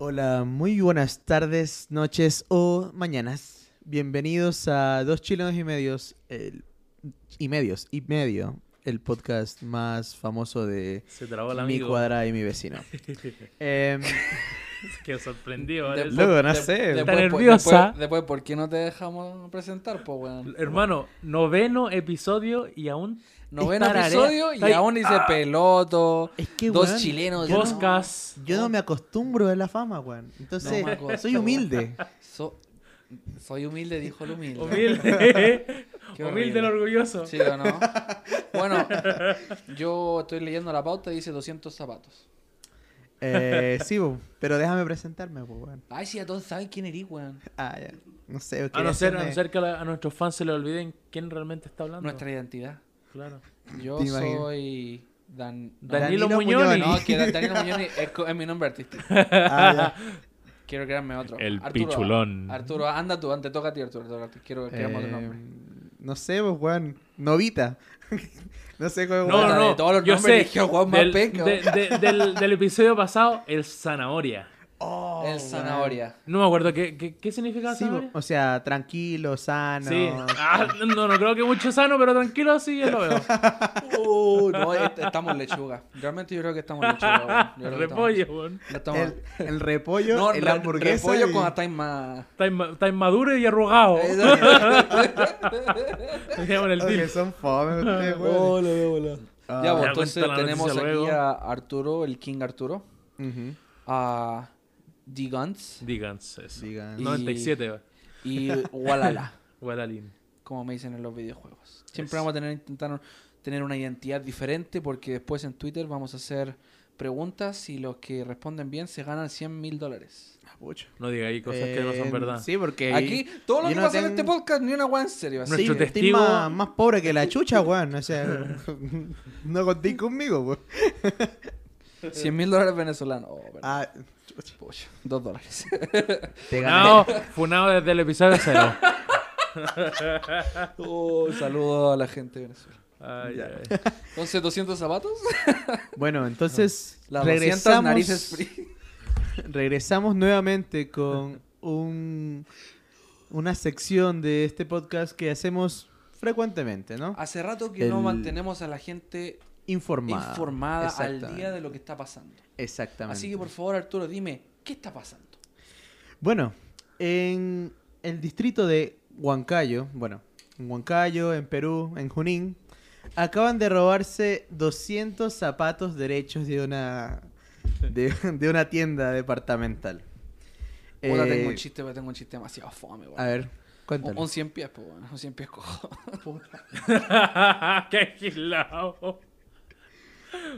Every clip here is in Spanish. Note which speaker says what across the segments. Speaker 1: Hola, muy buenas tardes, noches o mañanas. Bienvenidos a Dos Chilenos y Medios, el- y Medios, y Medio, el podcast más famoso de
Speaker 2: Se trabó el
Speaker 1: mi
Speaker 2: amigo.
Speaker 1: cuadra y mi vecino. Em,
Speaker 2: Quedó sorprendido. ¿vale?
Speaker 3: Después-
Speaker 1: Luego, no
Speaker 3: de-
Speaker 1: sé.
Speaker 2: Está
Speaker 3: po-
Speaker 2: nerviosa.
Speaker 3: Después, después, ¿por qué no te dejamos presentar, po, weón?
Speaker 2: Hermano, noveno episodio y aún
Speaker 3: Noveno
Speaker 2: tararea.
Speaker 3: episodio y
Speaker 2: ¿eh? Está ahí.
Speaker 3: aún dice
Speaker 1: Ah.
Speaker 3: peloto.
Speaker 1: es que,
Speaker 3: dos
Speaker 1: weón,
Speaker 3: chilenos.
Speaker 1: yo no-
Speaker 2: podcast.
Speaker 1: Yo no me acostumbro a la fama, weón. Entonces,
Speaker 3: me acostumbro.
Speaker 1: soy humilde.
Speaker 3: So- soy humilde, dijo el humilde.
Speaker 2: Humilde.
Speaker 3: Qué
Speaker 2: Humilde el
Speaker 3: horrible.
Speaker 2: orgulloso.
Speaker 3: Sí o no. Bueno, yo estoy leyendo la pauta y dice 200 zapatos.
Speaker 1: Eh, sí, bo, pero déjame presentarme, pues, weón.
Speaker 3: Ay, sí, a todos saben quién eres, weón.
Speaker 1: Ah, ya. No sé.
Speaker 2: A
Speaker 1: quería
Speaker 2: no, ser, a
Speaker 1: hacerme-
Speaker 2: no ser que a la- a nuestros fans se le olviden quién realmente está hablando.
Speaker 3: Nuestra identidad.
Speaker 2: Claro.
Speaker 3: Yo
Speaker 1: Te imagino.
Speaker 3: soy Dan. no,
Speaker 1: Danilo
Speaker 2: Danilo, Muñoz.
Speaker 3: No, que Dan- Danilo Muñoz es, co- es mi nombre artístico.
Speaker 1: Ah, ya.
Speaker 3: Quiero crearme otro.
Speaker 2: El pichulón.
Speaker 3: Arturo, anda tú, antes toca a ti, Arturo. Arturo, Quiero crearme otro
Speaker 1: Eh,
Speaker 3: nombre.
Speaker 1: No sé, pues, weón. Novita. no sé cómo.
Speaker 2: No, no, no.
Speaker 3: De todos los
Speaker 2: yo
Speaker 3: nombres
Speaker 2: sé.
Speaker 3: eligió Juan más
Speaker 2: del,
Speaker 3: penca.
Speaker 2: de- de- del, del episodio pasado, el zanahoria.
Speaker 1: Oh,
Speaker 3: el zanahoria.
Speaker 2: No me acuerdo qué, qué, qué significa
Speaker 1: weón. Sí,
Speaker 2: zanahoria.
Speaker 1: o sea, tranquilo, sano.
Speaker 2: Sí. Ah, no, no creo que mucho sano, pero tranquilo, sí, yo lo veo.
Speaker 3: Uh, no, est- estamos lechuga. Realmente yo creo que estamos lechuga. weón. Yo creo que estamos-
Speaker 2: Repollo, weón.
Speaker 3: No estamos-
Speaker 1: El, el repollo,
Speaker 3: No,
Speaker 1: el
Speaker 3: re-
Speaker 1: hamburguesa.
Speaker 3: repollo
Speaker 1: y-
Speaker 3: con hasta más.
Speaker 2: Está, inma- está inmaduro y arrugado. Digamos en el
Speaker 1: Oye,
Speaker 2: deal.
Speaker 1: son fome ustedes, weón. Ah,
Speaker 3: Oh, Ya, pues,
Speaker 2: Ya
Speaker 3: entonces
Speaker 2: cuenta la
Speaker 3: tenemos
Speaker 2: noticia
Speaker 3: aquí
Speaker 2: luego.
Speaker 3: a Arturo, el King Arturo,
Speaker 1: ujú.
Speaker 3: a Digants
Speaker 2: Digans, eso.
Speaker 1: Digans.
Speaker 2: 97, va.
Speaker 3: y Walala,
Speaker 2: Guadalín.
Speaker 3: como me dicen en los videojuegos. Siempre
Speaker 2: Eso.
Speaker 1: Pues
Speaker 3: vamos a tener intentar tener una identidad diferente porque después en Twitter vamos a hacer preguntas y los que responden bien se ganan 100 mil dólares.
Speaker 1: Ah, pucha.
Speaker 2: No diga ahí cosas que no
Speaker 1: Eh,
Speaker 2: son verdad.
Speaker 1: Sí, porque.
Speaker 3: Aquí, todo
Speaker 1: yo
Speaker 3: lo que
Speaker 1: no
Speaker 3: pasa en
Speaker 1: tengo-
Speaker 3: este podcast, ni una guan en serio. así.
Speaker 1: Sí,
Speaker 2: Nuestro
Speaker 1: estoy
Speaker 2: testigo-
Speaker 1: Más, más pobre que la chucha, weón. O sea, no contéis conmigo, weón.
Speaker 3: 100 mil dólares venezolanos. Oh, perdón.
Speaker 1: Ah,
Speaker 3: Pucha, dos dólares.
Speaker 1: te gané.
Speaker 2: Funado, funado desde el episodio cero.
Speaker 3: oh, saludo a la gente de Venezuela.
Speaker 2: Ay,
Speaker 1: Ya.
Speaker 2: ay.
Speaker 3: Entonces, 200 zapatos.
Speaker 1: Bueno, entonces.
Speaker 3: Las 200
Speaker 1: regresamos.
Speaker 3: narices frías.
Speaker 1: Regresamos nuevamente con un, una sección de este podcast que hacemos frecuentemente, ¿no?
Speaker 3: Hace rato que no
Speaker 1: El-
Speaker 3: mantenemos a la gente
Speaker 1: Informada.
Speaker 3: informada al
Speaker 1: Exactamente.
Speaker 3: día de lo que está pasando.
Speaker 1: Exactamente.
Speaker 3: Así que, por favor, Arturo, dime, ¿qué está pasando?
Speaker 1: Bueno, en el distrito de Huancayo, bueno, en Huancayo, en Perú, en Junín, acaban de robarse 200 zapatos derechos de una, de, de una tienda departamental.
Speaker 3: Hola,
Speaker 1: Eh,
Speaker 3: tengo un chiste, pero tengo un chiste demasiado fome, weón.
Speaker 1: A ver,
Speaker 3: Un,
Speaker 1: cuéntalo.
Speaker 3: un 100 pies, pues, weón. Un 100 pies cojo.
Speaker 2: Qué gilao.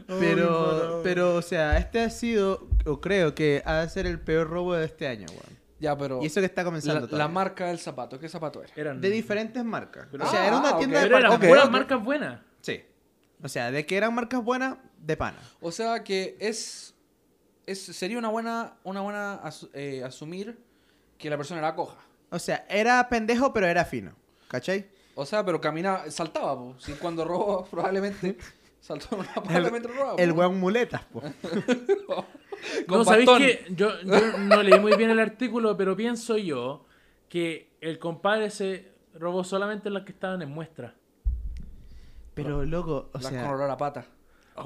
Speaker 1: Pero, pero, o sea, este ha sido, o creo que ha de ser el peor robo de este año, weón.
Speaker 3: ya, pero.
Speaker 1: Y eso que está
Speaker 3: la,
Speaker 1: comenzando
Speaker 3: la
Speaker 1: todavía.
Speaker 3: marca del zapato, ¿qué zapato era?
Speaker 2: Eran,
Speaker 1: De diferentes marcas.
Speaker 2: Pero-
Speaker 1: o sea, era
Speaker 3: Ah,
Speaker 1: una
Speaker 3: ok.
Speaker 1: tienda
Speaker 2: Pero
Speaker 1: de
Speaker 2: eran
Speaker 1: marcas.
Speaker 3: Ok,
Speaker 2: puras
Speaker 3: ok.
Speaker 2: marcas buenas.
Speaker 1: Sí. O sea, de que eran marcas buenas, de pana.
Speaker 3: O sea que es. es sería una buena, una buena asu- eh, asumir que la persona era coja.
Speaker 1: O sea, era pendejo, pero era fino. ¿Cachai?
Speaker 3: O sea, pero caminaba, saltaba, po. Sí, cuando robó, probablemente saltó una probablemente robaba.
Speaker 1: El
Speaker 3: po.
Speaker 1: weón muletas, po.
Speaker 3: pues, Con
Speaker 2: no, ¿sabéis
Speaker 3: bastón.
Speaker 2: que yo, yo no leí muy bien el artículo, pero pienso yo que el compadre se robó solamente las que estaban en muestra.
Speaker 1: Pero loco, o
Speaker 3: Las
Speaker 1: sea.
Speaker 3: con olor a pata.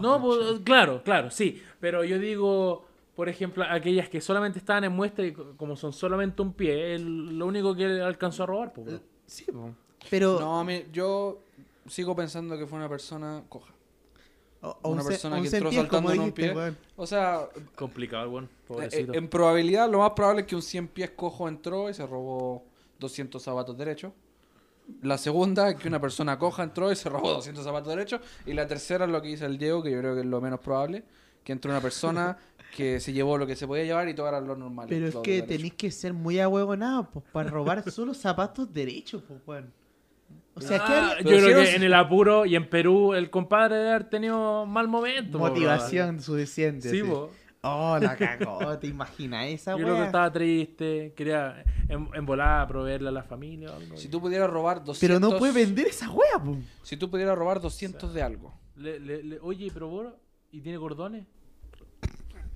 Speaker 2: No, pues, claro, claro, sí. Pero yo digo, por ejemplo, aquellas que solamente estaban en muestra y co- como son solamente un pie, él- lo único que él alcanzó a robar, pues, bro.
Speaker 1: Sí, po. Pero
Speaker 3: No, a mí, yo sigo pensando que fue una persona coja.
Speaker 1: o- o
Speaker 3: Una
Speaker 1: ce-
Speaker 3: persona
Speaker 1: o
Speaker 3: que
Speaker 1: cien
Speaker 3: entró
Speaker 1: pies,
Speaker 3: saltando
Speaker 1: como
Speaker 3: en un
Speaker 1: dijiste,
Speaker 3: pie.
Speaker 1: weón.
Speaker 3: O sea,
Speaker 2: Complicado, bueno,
Speaker 3: eh,
Speaker 2: pobrecito.
Speaker 3: en probabilidad, lo más probable es que un 100 pies cojo entró y se robó 200 zapatos derechos. La segunda es que una persona coja entró y se robó 200 zapatos derechos. Y la tercera es lo que dice el Diego, que yo creo que es lo menos probable. Que entró una persona que se llevó lo que se podía llevar y todo era lo normal.
Speaker 1: Pero es
Speaker 3: lo
Speaker 1: que
Speaker 3: derecho.
Speaker 1: tenéis que ser muy ahuegonado, pues, para robar solo zapatos derechos, pues, weón. O sea, ¿qué
Speaker 2: Ah,
Speaker 1: haría?
Speaker 2: yo creo
Speaker 3: Pero
Speaker 2: que
Speaker 3: si no-
Speaker 2: en el apuro y en Perú el compadre debe haber tenido mal momento. po, bro.
Speaker 1: Motivación suficiente.
Speaker 2: Sí,
Speaker 1: así.
Speaker 2: po.
Speaker 1: Oh, la cagó, ¿te imaginas esa
Speaker 2: Yo creo que
Speaker 1: weón?
Speaker 2: estaba triste, quería en, en volada proveerle a la familia o algo.
Speaker 3: Si tú pudieras robar 200...
Speaker 1: Pero no puede vender esa wea, po.
Speaker 3: Si tú pudieras robar 200 de algo.
Speaker 2: Le- le- le- oye, pero vos, ¿y tiene cordones?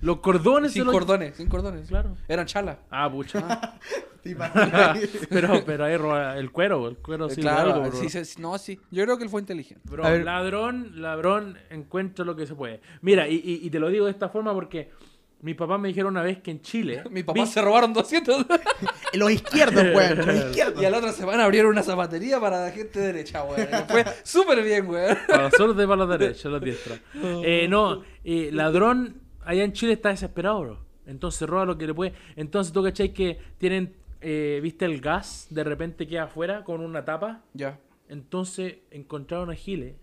Speaker 2: Los cordones
Speaker 3: Sin
Speaker 2: de los-
Speaker 3: cordones, sin cordones.
Speaker 2: Claro.
Speaker 3: Eran chalas.
Speaker 2: Ah, pucha.
Speaker 1: ¿Te imaginas?
Speaker 2: pero, pero ahí roba el cuero, el cuero
Speaker 3: Eh,
Speaker 2: sí
Speaker 3: claro,
Speaker 2: algo, bro.
Speaker 3: sí, sí, no, sí. Yo creo que él fue inteligente.
Speaker 2: Bro,
Speaker 1: A ver.
Speaker 2: ladrón, ladrón, encuentra lo que se puede. Mira, y, y- y te lo digo de esta forma porque mi papá me dijeron una vez que en Chile.
Speaker 3: Mi papá se robaron 200
Speaker 1: los izquierdos, weón. Los izquierdos.
Speaker 3: y a la otra semana abrieron una zapatería para la gente derecha, güey. Fue súper bien, güey.
Speaker 2: Para los sordos y para la derecha, la diestra.
Speaker 3: Oh.
Speaker 2: Eh, no, eh, ladrón allá en Chile está desesperado, bro. Entonces roba lo que le puede. Entonces tú cachai que tienen, eh, viste el gas, de repente queda afuera con una tapa.
Speaker 3: Ya.
Speaker 2: Entonces encontraron a Gile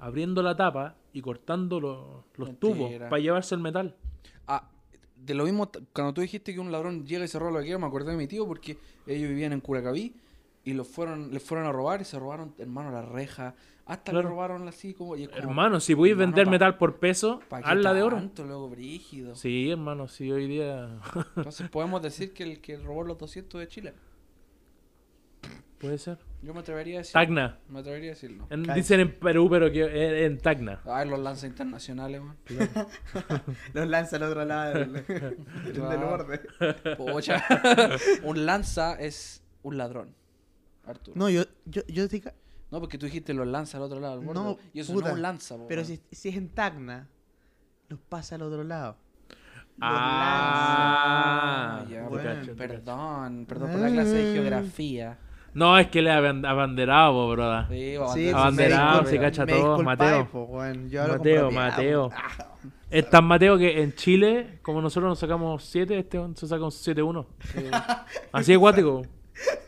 Speaker 2: abriendo la tapa y cortando lo- los tubos
Speaker 3: Mentira.
Speaker 2: para llevarse el metal.
Speaker 3: Ah, de lo mismo, t- cuando tú dijiste que un ladrón llega y se roba lo que quiera, me acordé de mi tío porque ellos vivían en Curacaví y los fueron, les fueron a robar y se robaron, hermano, la reja. Hasta
Speaker 2: Claro.
Speaker 3: le robaron así como. y es como,
Speaker 2: Hermano, si pudís
Speaker 3: Oh, hermano,
Speaker 2: vender
Speaker 3: pa-
Speaker 2: metal por peso,
Speaker 3: pa' qué
Speaker 2: hazla de oro.
Speaker 3: tanto, loco, brígido.
Speaker 2: Sí, hermano, sí, hoy día
Speaker 3: Entonces podemos decir que el que robó los 200 de Chile.
Speaker 2: puede ser.
Speaker 3: Yo me atrevería a decir.
Speaker 2: Tacna.
Speaker 3: Me atrevería a decirlo.
Speaker 2: En-
Speaker 1: Cacha.
Speaker 2: dicen en Perú, pero que en, en Tacna.
Speaker 3: Ay, los lanzas internacionales, man.
Speaker 1: Los lanza al otro lado del, del
Speaker 3: Claro.
Speaker 1: borde.
Speaker 3: Pocha. un lanza es un ladrón. Arturo. No,
Speaker 1: No, yo, yo, yo te diga-
Speaker 3: porque tú dijiste los lanza al otro lado del borde.
Speaker 1: No,
Speaker 3: y eso
Speaker 1: puta.
Speaker 3: no es un lanza, po,
Speaker 1: Pero
Speaker 3: weón.
Speaker 1: si, si es en Tacna, los pasa al otro lado. Los
Speaker 2: Ah,
Speaker 3: Ah, ya,
Speaker 2: te
Speaker 1: bueno,
Speaker 2: cacho, te cacho.
Speaker 3: Perdón, perdón por la clase de
Speaker 1: Ah.
Speaker 3: geografía.
Speaker 2: No, es que le aban- abanderado, broda.
Speaker 3: Sí,
Speaker 1: lanza. Sí,
Speaker 2: Abanderado,
Speaker 1: me
Speaker 2: se cacha
Speaker 1: me
Speaker 2: todo,
Speaker 1: disculpáis,
Speaker 2: Mateo.
Speaker 1: po, weón, yo hablo con
Speaker 2: Mateo,
Speaker 1: propiedad,
Speaker 2: Mateo.
Speaker 1: weón. Ah,
Speaker 2: Es tan Mateo que en Chile, como nosotros nos sacamos 7, este weón se saca un 7-1. Así es guático.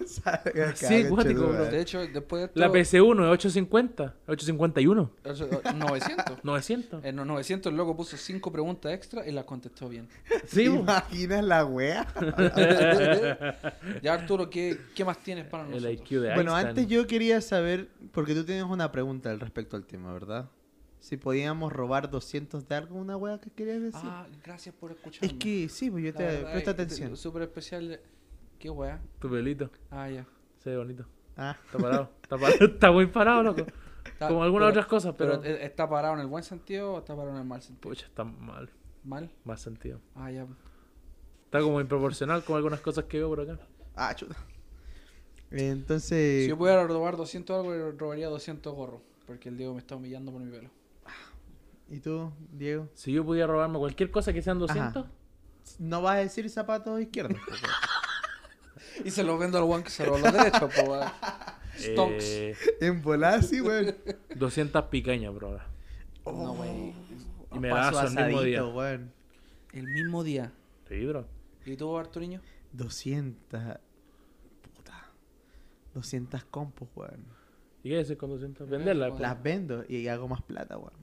Speaker 1: sabe,
Speaker 2: Sí,
Speaker 1: caga,
Speaker 2: cuático,
Speaker 1: chetumare.
Speaker 2: bro.
Speaker 3: De hecho, después de esto,
Speaker 2: La PC1 es 850, 851,
Speaker 3: eso- 900.
Speaker 2: 900.
Speaker 3: En los 900 el loco puso 5 preguntas extra y las contestó bien.
Speaker 1: ¿Te
Speaker 2: Sí, bo.
Speaker 1: imaginas la wea?
Speaker 3: ya, Arturo, ¿qué, qué más tienes para
Speaker 2: el IQ
Speaker 3: nosotros?
Speaker 2: de Einstein.
Speaker 1: Bueno, antes yo quería saber, porque tú tienes una pregunta al respecto al tema, ¿verdad? Si podíamos robar 200 de algo, una wea que querías decir.
Speaker 3: Ah, gracias por escucharme.
Speaker 1: es que sí, pues yo
Speaker 3: La
Speaker 1: te
Speaker 3: verdad,
Speaker 1: presta
Speaker 3: este-
Speaker 1: atención.
Speaker 3: Súper especial. ¿Qué weá?
Speaker 2: Tu pelito,
Speaker 3: Ah, ya.
Speaker 2: se ve bonito.
Speaker 1: Ah,
Speaker 2: Está parado. Está, parado, está muy parado, loco.
Speaker 3: Está-
Speaker 2: Como algunas
Speaker 3: pero-
Speaker 2: otras cosas, pero.
Speaker 3: Pero, ¿e- ¿está parado en el buen sentido o está parado en el mal sentido?
Speaker 2: Pucha, está mal.
Speaker 3: ¿Mal?
Speaker 2: Más sentido.
Speaker 3: Ah, ya.
Speaker 2: Está como improporcional con algunas cosas que veo por acá.
Speaker 1: ah, chuta. Entonces,
Speaker 3: Si yo pudiera robar 200 algo, le robaría 200 gorros. Porque el Diego me está humillando por mi pelo.
Speaker 1: ¿y tú, Diego?
Speaker 2: Si yo pudiera robarme cualquier cosa que sean 200,
Speaker 1: No vas a decir zapatos izquierdos. por favor.
Speaker 3: Y se los vendo al guan que se robó los derechos, po, weón. Stonks.
Speaker 2: eh,
Speaker 1: en volada, sí, weón.
Speaker 2: 200 picañas, bro.
Speaker 3: No, wey.
Speaker 2: Y me
Speaker 1: Paso
Speaker 2: das el mismo día.
Speaker 1: asadito, weón.
Speaker 3: El mismo día.
Speaker 2: Sí, bro.
Speaker 3: ¿Y tú, Arturiño?
Speaker 1: 200. Puta. 200 compos, weón.
Speaker 2: ¿Y qué haces con 200? Venderla. pues.
Speaker 3: Bueno.
Speaker 1: Las vendo y hago más plata, weón.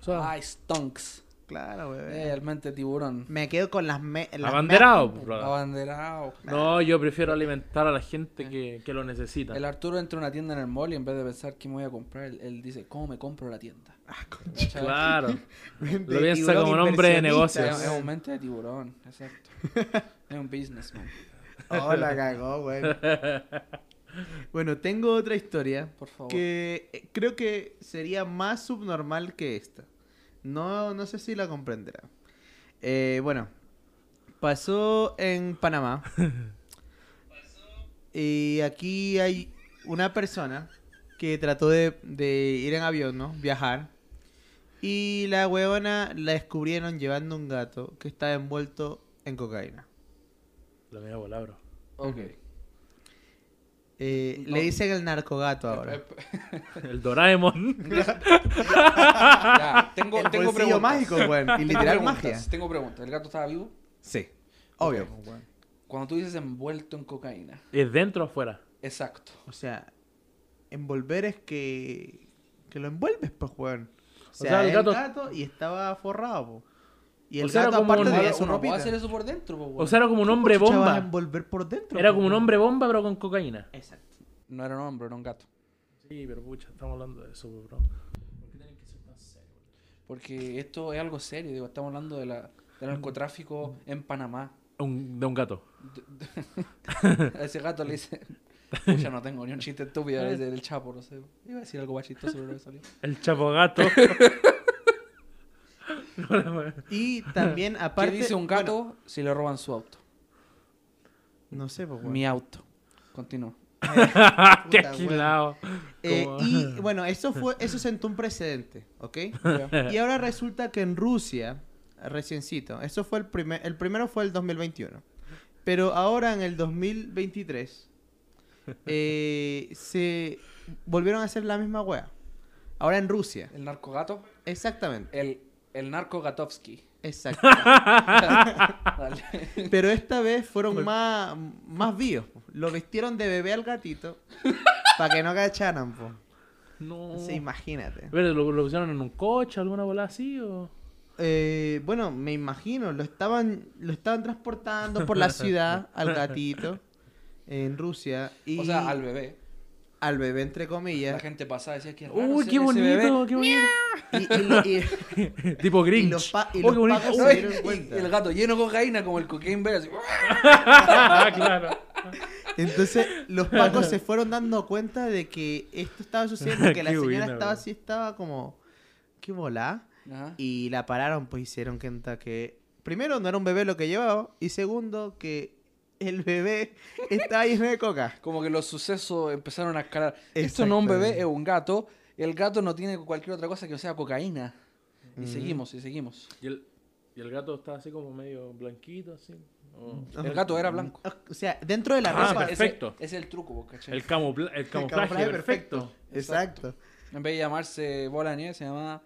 Speaker 2: O sea,
Speaker 3: Ay, Stonks.
Speaker 1: Claro, weón.
Speaker 3: Eh, el mente tiburón.
Speaker 1: Me quedo con las. Me las
Speaker 2: abanderado,
Speaker 1: meas-
Speaker 2: bro.
Speaker 3: Abanderado.
Speaker 2: No, yo prefiero alimentar a la gente que, que lo necesita.
Speaker 3: El Arturo entra a una tienda en el mall y en vez de pensar qué me voy a comprar, él, él dice, ¿cómo me compro la tienda?
Speaker 1: Ah, con-
Speaker 3: ¿Cachai?
Speaker 2: Claro.
Speaker 1: de
Speaker 2: Lo piensa
Speaker 1: tiburón
Speaker 2: como un hombre de
Speaker 3: O
Speaker 1: inversionista,
Speaker 3: sea,
Speaker 2: negocios.
Speaker 3: es
Speaker 1: weón.
Speaker 3: un mente de tiburón, exacto. es un businessman.
Speaker 1: Oh, la cagó, weón. bueno, tengo otra historia.
Speaker 3: Por favor.
Speaker 1: que eh, creo que sería más subnormal que esta. No, no sé si la comprenderá. Eh, bueno, pasó en Panamá. y aquí hay una persona que trató de, de ir en avión, ¿no? Viajar. Y la huevona la descubrieron llevando un gato que estaba envuelto en cocaína.
Speaker 2: La mía volá, bro.
Speaker 3: Ok.
Speaker 1: Eh, Le
Speaker 3: No.
Speaker 1: dicen el narcogato
Speaker 3: Eh,
Speaker 1: ahora.
Speaker 2: El Doraemon.
Speaker 3: Ya, tengo,
Speaker 1: El
Speaker 3: tengo
Speaker 1: bolsillo
Speaker 3: preguntas.
Speaker 1: mágico, weón. Y
Speaker 3: Tengo
Speaker 1: literal
Speaker 3: preguntas,
Speaker 1: magia.
Speaker 3: Tengo preguntas. ¿El gato estaba vivo?
Speaker 1: Sí, obvio.
Speaker 3: Ok. Cuando tú dices envuelto en cocaína.
Speaker 2: ¿Es dentro o afuera?
Speaker 3: Exacto.
Speaker 1: O sea, envolver es que, que lo envuelves, pues, weón. O sea,
Speaker 2: sea, el
Speaker 1: el,
Speaker 2: gato-
Speaker 1: gato... y estaba forrado, po. Y
Speaker 2: O
Speaker 1: el
Speaker 2: sea, era
Speaker 1: gato,
Speaker 2: como
Speaker 1: aparte
Speaker 2: un-
Speaker 1: de
Speaker 2: era
Speaker 1: eso,
Speaker 3: uno
Speaker 1: ropita.
Speaker 3: puede hacer eso por dentro, pues, po,
Speaker 2: O sea, era como un hombre
Speaker 1: ¿Cómo chucha vas a
Speaker 2: bomba.
Speaker 1: envolver por dentro,
Speaker 2: Era
Speaker 1: po,
Speaker 2: como un
Speaker 1: weón?
Speaker 2: hombre bomba, pero con cocaína.
Speaker 1: Exacto.
Speaker 3: No era un hombre, era un gato.
Speaker 2: Sí, pero pucha, estamos hablando de eso, bro.
Speaker 3: Porque esto es algo serio. Digo, estamos hablando de la, del
Speaker 1: Mm.
Speaker 3: narcotráfico en Panamá.
Speaker 2: Un- de un gato.
Speaker 3: A ese gato le dice... Pucha, no tengo ni un chiste
Speaker 2: Eh.
Speaker 3: estúpido. Le dice el chapo, no sé. Iba a decir algo más chistoso, pero no me salió.
Speaker 2: El chapo gato.
Speaker 1: Y también, aparte.
Speaker 3: ¿Qué dice un gato si le roban su auto?
Speaker 1: No sé, pues, weón.
Speaker 3: Mi auto. Continúa.
Speaker 2: Qué
Speaker 1: Puta,
Speaker 2: esquilado.
Speaker 1: Eh,
Speaker 2: Como-
Speaker 1: y bueno, eso fue, eso sentó un precedente, ¿ok? Y ahora resulta que en Rusia, reciencito, eso fue el primer, el primero fue el 2021, pero ahora en el 2023 eh, se volvieron a hacer la misma wea. Ahora en Rusia,
Speaker 3: El narco gato.
Speaker 1: exactamente,
Speaker 3: El, el narco Gatovsky.
Speaker 1: exacto.
Speaker 3: Dale.
Speaker 1: Pero esta vez fueron más, más vivos. po. Lo vistieron de bebé al gatito para que no cacharan, po.
Speaker 2: No.
Speaker 1: Sí, imagínate.
Speaker 2: Pero, ¿lo, lo pusieron en un coche, alguna bola así o...?
Speaker 1: Eh, bueno, me imagino, lo estaban, lo estaban transportando por la ciudad al gatito en Rusia y
Speaker 3: O sea, al bebé.
Speaker 1: al bebé entre
Speaker 3: La
Speaker 1: comillas.
Speaker 3: gente pasaba y decía que
Speaker 2: Uy, qué bonito, qué bonito.
Speaker 1: Y, y lo- y-
Speaker 2: tipo Grinch.
Speaker 1: los pa- y
Speaker 2: Oh,
Speaker 1: los
Speaker 2: qué bonito.
Speaker 1: pagos-
Speaker 3: No,
Speaker 1: se
Speaker 3: y-
Speaker 1: dieron
Speaker 3: y-
Speaker 1: cuenta.
Speaker 3: y el gato lleno de cocaína como el cocaine bear. así,
Speaker 2: Ah, claro.
Speaker 1: entonces los pacos se fueron dando cuenta de que esto estaba sucediendo, que la
Speaker 2: Qué
Speaker 1: señora
Speaker 2: buena,
Speaker 1: estaba
Speaker 2: bro.
Speaker 1: así, estaba como, qué volá.
Speaker 3: Ajá.
Speaker 1: Y la pararon, pues hicieron cuenta que, primero, no era un bebé lo que llevaba y segundo, que el bebé estaba lleno de coca.
Speaker 3: Como que los sucesos empezaron a escalar. Esto no es un bebé, es un gato. El gato no tiene cualquier otra cosa que no sea cocaína. Y
Speaker 1: Mm.
Speaker 3: seguimos, y seguimos.
Speaker 2: Y el, y el gato está así como medio blanquito, así. o-
Speaker 3: El gato era blanco.
Speaker 1: O sea, dentro de la
Speaker 2: Ah,
Speaker 1: ropa.
Speaker 3: Ese-
Speaker 2: perfecto.
Speaker 3: Ese es el truco, vos, ¿cachai?
Speaker 2: El, camufla- el camuflaje,
Speaker 1: camuflaje
Speaker 2: perfecto.
Speaker 1: Exacto.
Speaker 3: En vez de llamarse bola de nieve, se llamaba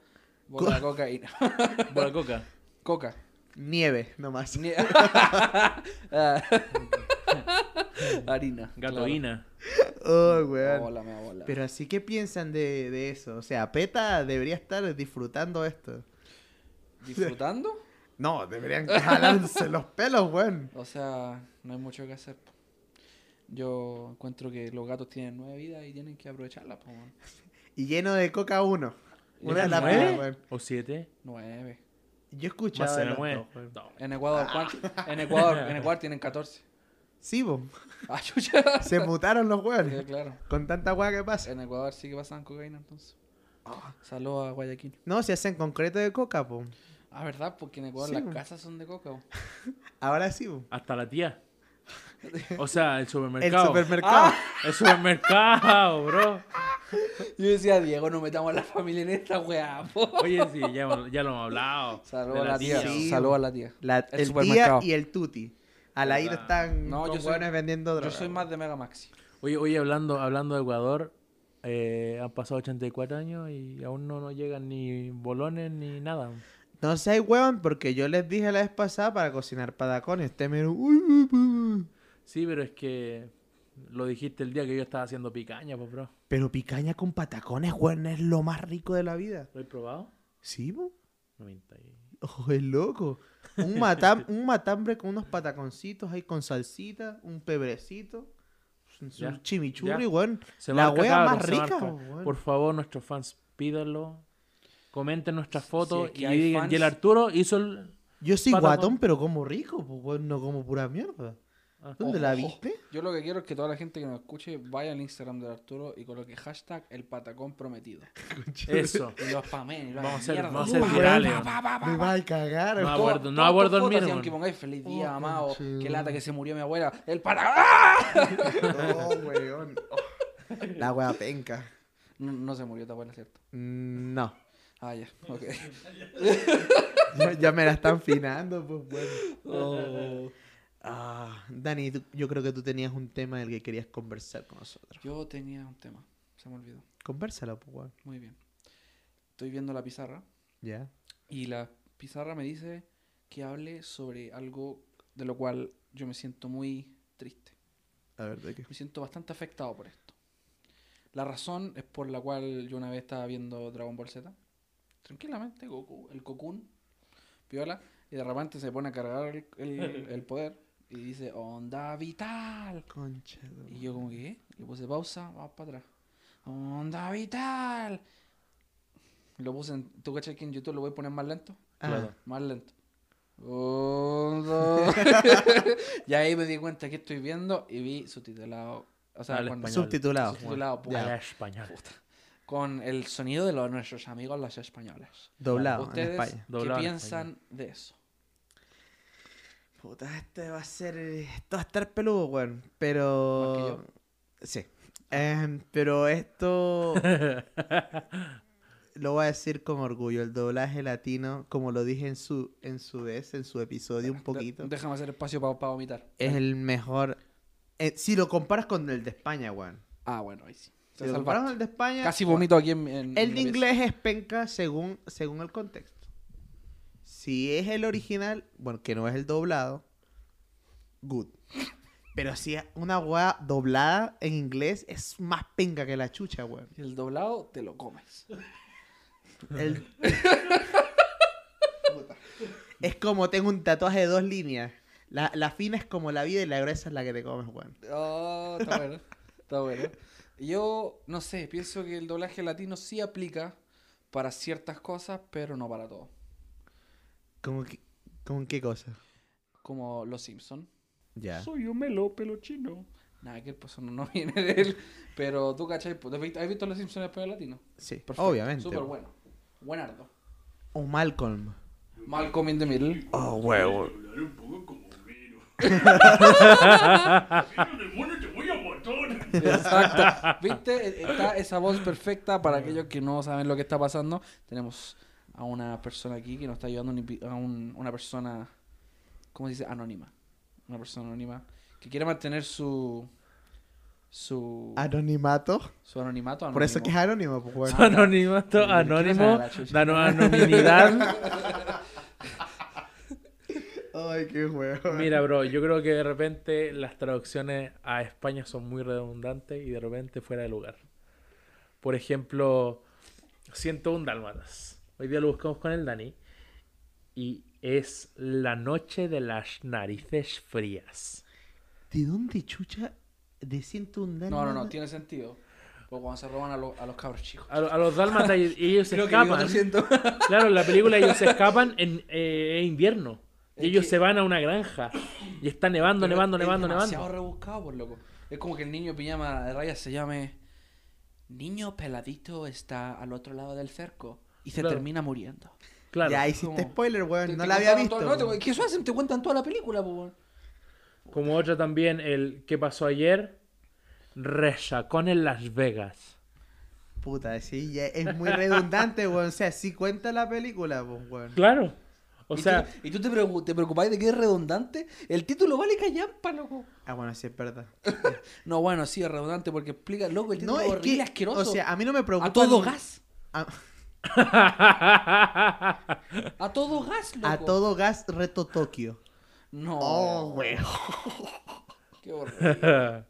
Speaker 3: bola de cocaína.
Speaker 2: Bola coca.
Speaker 3: Coca.
Speaker 1: Nieve, nomás.
Speaker 3: Nie- Ah. Harina.
Speaker 2: Gatoína.
Speaker 1: Oh,
Speaker 3: Claro.
Speaker 1: weón.
Speaker 3: Bola, mea bola.
Speaker 1: Pero así, ¿qué piensan de, de eso? O sea, PETA debería estar disfrutando esto.
Speaker 3: ¿Disfrutando?
Speaker 1: No, deberían jalarse los pelos, weón.
Speaker 3: O sea, no hay mucho que hacer. po. Yo encuentro que los gatos tienen nueve vidas y tienen que aprovecharlas. po, weón.
Speaker 1: Y lleno de coca uno. Una de
Speaker 2: ¿Eran
Speaker 1: la
Speaker 2: nueve
Speaker 1: pena, weón.
Speaker 2: ¿O siete?
Speaker 3: Nueve.
Speaker 1: Yo
Speaker 2: Más
Speaker 1: escuchaba
Speaker 2: se
Speaker 1: de
Speaker 2: me
Speaker 1: los
Speaker 2: mueve.
Speaker 1: dos, weón.
Speaker 2: No.
Speaker 3: En
Speaker 1: Ah.
Speaker 3: Ecuador, ¿cuánto? En Ecuador, en Ecuador tienen 14.
Speaker 1: Sí, bo.
Speaker 3: Ah, chucha.
Speaker 1: Se mutaron los
Speaker 3: Sí,
Speaker 1: weones.
Speaker 3: claro.
Speaker 1: Con tanta weá que pasa.
Speaker 3: En Ecuador sí que pasan cocaína, entonces.
Speaker 1: Ah.
Speaker 3: Saludos a Guayaquil.
Speaker 1: No, se hacen concreto de coca, po.
Speaker 3: Ah, ¿verdad? Porque en Ecuador
Speaker 1: Sí,
Speaker 3: las
Speaker 1: bo.
Speaker 3: casas son de coca. bo.
Speaker 1: Ahora sí, bo.
Speaker 2: Hasta la tía. O sea, el
Speaker 1: El
Speaker 2: supermercado.
Speaker 1: supermercado.
Speaker 3: Ah.
Speaker 2: El supermercado, bro.
Speaker 3: Yo decía, Diego, no metamos a la familia en esta weá. po.
Speaker 2: Oye, sí, ya, hemos- ya lo hemos hablado.
Speaker 3: Saludos
Speaker 2: De
Speaker 3: a la tía.
Speaker 1: tía. Sí.
Speaker 3: Saludos a la tía.
Speaker 1: La-
Speaker 3: El
Speaker 1: el día
Speaker 3: supermercado.
Speaker 1: y el tuti. A la ida
Speaker 2: Verdad.
Speaker 1: están
Speaker 3: No,
Speaker 1: no,
Speaker 3: yo soy-
Speaker 1: vendiendo
Speaker 3: Yo
Speaker 1: drogas.
Speaker 3: soy más de Mega Maxi.
Speaker 2: Oye, oye hablando, hablando de Ecuador, eh, han pasado 84 años y aún no nos llegan ni bolones ni nada.
Speaker 1: No seas huevan porque yo les dije la vez pasada para cocinar padacón y ustedes me dijeron, uy, uy, uy, uy".
Speaker 2: Sí, pero es que lo dijiste el día que yo estaba haciendo picaña, pues, bro.
Speaker 1: pero picaña con patacones, weón, es lo más rico de la vida.
Speaker 2: ¿Lo he probado?
Speaker 1: ¿Sí, po?
Speaker 2: 90 y-
Speaker 1: Oh, es loco. Un, matam- un matambre con unos pataconcitos ahí con salsita, un pebrecito, un,
Speaker 2: Ya,
Speaker 1: un chimichurri,
Speaker 2: ya.
Speaker 1: weón.
Speaker 2: Se
Speaker 1: la
Speaker 2: marca,
Speaker 1: hueá
Speaker 2: cabrón,
Speaker 1: más
Speaker 2: se
Speaker 1: rica,
Speaker 2: marca.
Speaker 1: weón.
Speaker 2: Por favor, nuestros fans, pídanlo. Comenten nuestras fotos
Speaker 3: es que
Speaker 2: y
Speaker 3: hay
Speaker 2: digan,
Speaker 3: fans-
Speaker 2: y el Arturo hizo el...
Speaker 1: Yo soy
Speaker 2: patacón.
Speaker 1: guatón, pero como rico, pues, weón, no como pura mierda.
Speaker 2: Ah.
Speaker 1: ¿Dónde
Speaker 3: Ojo,
Speaker 1: la
Speaker 3: ojo.
Speaker 1: viste?
Speaker 3: Yo lo que quiero es que toda la gente que nos escuche vaya al Instagram de Arturo y coloque hashtag el patacón prometido.
Speaker 2: Eso.
Speaker 3: Y lo spamen. y lo
Speaker 2: Vamos a hacer-
Speaker 3: hagan mierda.
Speaker 2: vamos a hacer
Speaker 3: Uy,
Speaker 2: virales,
Speaker 3: pa,
Speaker 2: Eh, ¿no?
Speaker 3: pa, pa, pa,
Speaker 1: Me
Speaker 3: pa.
Speaker 1: va a cagar.
Speaker 2: No,
Speaker 1: weón.
Speaker 2: acuerdo-
Speaker 3: Todas-
Speaker 2: no
Speaker 3: todas
Speaker 2: acuerdo
Speaker 3: tus
Speaker 2: dormir,
Speaker 3: fotos, y aunque
Speaker 2: weón.
Speaker 3: pongáis feliz día,
Speaker 1: Oh,
Speaker 3: mamá, o
Speaker 1: conche,
Speaker 3: qué
Speaker 1: weón.
Speaker 3: lata que se murió mi abuela. El ¡Ah! patacón.
Speaker 2: pues.
Speaker 1: No, weón. La wea penca.
Speaker 3: No, no se murió tu abuela, ¿cierto?
Speaker 1: Mm, No.
Speaker 3: Ah, ya. Ok.
Speaker 1: Ya, ya me la están finando, pues bueno. Oh. Ah, Dani, tú- yo creo que tú tenías un tema del que querías conversar con nosotros.
Speaker 3: Yo tenía un tema. Se me olvidó.
Speaker 1: Conversalo, pues weón.
Speaker 3: Muy bien. Estoy viendo la pizarra
Speaker 1: Ya.
Speaker 3: y la pizarra me dice que hable sobre algo de lo cual yo me siento muy triste.
Speaker 1: A ver, ¿de qué?
Speaker 3: Me siento bastante afectado por esto. La razón es por la cual yo una vez estaba viendo Dragon Ball Z. Tranquilamente, Goku, el Cocoon, viola, y de repente se pone a cargar el, el- el poder y dice, onda vital.
Speaker 1: Concha. de
Speaker 3: Y
Speaker 1: madre.
Speaker 3: yo como que, ¿qué? le puse pausa, vamos para atrás. Onda vital. Lo puse en, ¿tú cachai que en YouTube lo voy a poner más lento?
Speaker 1: Ah,
Speaker 2: Claro.
Speaker 3: Más lento. Onda- y ahí me di cuenta que estoy viendo y vi subtitulado. O sea,
Speaker 2: Al
Speaker 3: cuando-
Speaker 2: español.
Speaker 1: Subtitulado. pues,
Speaker 3: Subtitulado,
Speaker 1: Ya.
Speaker 2: Habla español.
Speaker 3: Puta. con el sonido de los, nuestros amigos los españoles.
Speaker 1: Doblado en
Speaker 3: ¿Ustedes
Speaker 1: España.
Speaker 3: qué
Speaker 2: Doblado en
Speaker 3: piensan de eso?
Speaker 1: Puta, este va a ser. Esto va a estar peludo, weón. Pero.
Speaker 3: ¿Más
Speaker 1: Sí. Em, pero esto. lo voy a decir con orgullo. El doblaje latino, como lo dije en su, en su vez, en su episodio un
Speaker 3: De-
Speaker 1: poquito,
Speaker 3: déjame hacer espacio para vomitar.
Speaker 2: Eh,
Speaker 1: es el mejor. eh, si lo comparas con el de España, weón.
Speaker 3: Ah, bueno, ahí sí. Te
Speaker 1: Si lo comparas con
Speaker 3: salvaste.
Speaker 1: el de España.
Speaker 3: Casi vomito aquí en, en- en
Speaker 1: El
Speaker 3: la
Speaker 1: de
Speaker 3: pieza.
Speaker 1: inglés es penca según, según el contexto. Si es el original, bueno, que no es el doblado, good. Pero si es una weá doblada en inglés es más penca que la chucha, weón.
Speaker 3: El doblado te lo comes.
Speaker 1: El- es como tengo un tatuaje de dos líneas. La, la fina es como la vida y la gruesa es la que te comes, weón.
Speaker 3: Oh, está bueno. Está bueno. Yo, no sé, pienso que el doblaje latino sí aplica para ciertas cosas, pero no para todo.
Speaker 1: ¿Cómo que, ¿Con qué cosa?
Speaker 3: Como Los Simpsons.
Speaker 1: Ya.
Speaker 3: Soy un melo pelo chino. Nada, que el pues no, no viene de él. Pero tú, ¿cachai? Pues, ¿Has visto- has visto Los Simpsons en español latino?
Speaker 1: Sí,
Speaker 3: Perfecto,
Speaker 1: obviamente.
Speaker 3: Súper bueno. Buenardo.
Speaker 1: O Malcolm.
Speaker 3: Malcolm in the Middle.
Speaker 1: Oh, weón.
Speaker 4: Hablar un poco como Homero. Pero demonio te voy a matar.
Speaker 3: Exacto. ¿Viste? E, Está esa voz perfecta para aquellos que no saben lo que está pasando. Tenemos a una persona aquí que nos está ayudando, un invi- a un- una persona, ¿cómo se dice? Anónima. Una persona anónima que quiere mantener su su,
Speaker 1: Anonimato.
Speaker 3: su anonimato.
Speaker 1: Ah. Por eso que es
Speaker 3: anónimo.
Speaker 1: anónimo, pues, weón.
Speaker 2: Su anonimato,
Speaker 3: Ah,
Speaker 2: anónimo,
Speaker 3: la chucha.
Speaker 2: dano- anonimidad.
Speaker 1: Ay, qué huevo.
Speaker 2: Mira, bro, yo creo que de repente las traducciones a España son muy redundantes y de repente fuera de lugar. Por ejemplo, 101 Dálmatas. Hoy día lo buscamos con el Dani. Y es la noche de las narices frías.
Speaker 1: ¿De dónde chucha de 101
Speaker 3: No, no,
Speaker 1: dálmatas?
Speaker 3: no, tiene sentido. Porque cuando se roban a, lo- a los cabros chicos.
Speaker 2: A, lo- a los Dálmatas y- y ellos se
Speaker 3: Creo que vivo
Speaker 2: escapan.
Speaker 3: 300.
Speaker 2: Claro, en la película ellos se escapan en eh, en invierno.
Speaker 3: Es
Speaker 2: Y ellos
Speaker 3: que-
Speaker 2: se van a una granja. Y está nevando, nevando,
Speaker 3: Pero es
Speaker 2: nevando,
Speaker 3: demasiado
Speaker 2: nevando.
Speaker 3: rebuscado, por loco. Es como que el niño pijama de rayas se llame Niño peladito está al otro lado del cerco y se
Speaker 2: Claro.
Speaker 3: termina muriendo.
Speaker 2: Claro.
Speaker 1: Ya hiciste
Speaker 3: ¿Cómo?
Speaker 1: spoiler,
Speaker 3: Te-
Speaker 1: weón. No
Speaker 3: te
Speaker 1: la había
Speaker 3: contaron
Speaker 1: visto.
Speaker 3: todo- no, te- ¿Qué eso hacen? Te cuentan toda la película, po, weón.
Speaker 2: Como otra también, el que pasó ayer? Resacón en Las Vegas.
Speaker 1: Puta, sí, ya es muy redundante, weón. O sea, sí cuenta la película, pues, weón.
Speaker 2: Claro. O
Speaker 3: Y
Speaker 2: sea,
Speaker 3: tú- y tú te, preocu- te preocupás de que es redundante. El título vale callampa, loco.
Speaker 1: Ah, bueno, sí, es verdad.
Speaker 3: No, bueno, sí, es redundante porque explica, loco, el título
Speaker 1: No,
Speaker 3: es
Speaker 1: es
Speaker 3: horrible,
Speaker 1: que,
Speaker 3: asqueroso.
Speaker 1: o sea, a mí no me preocupa...
Speaker 3: a todo
Speaker 1: ni-
Speaker 3: gas.
Speaker 1: A,
Speaker 3: A todo gas, loco.
Speaker 1: a todo gas reto Tokio.
Speaker 3: No.
Speaker 1: Oh, weón.
Speaker 3: Qué horrible.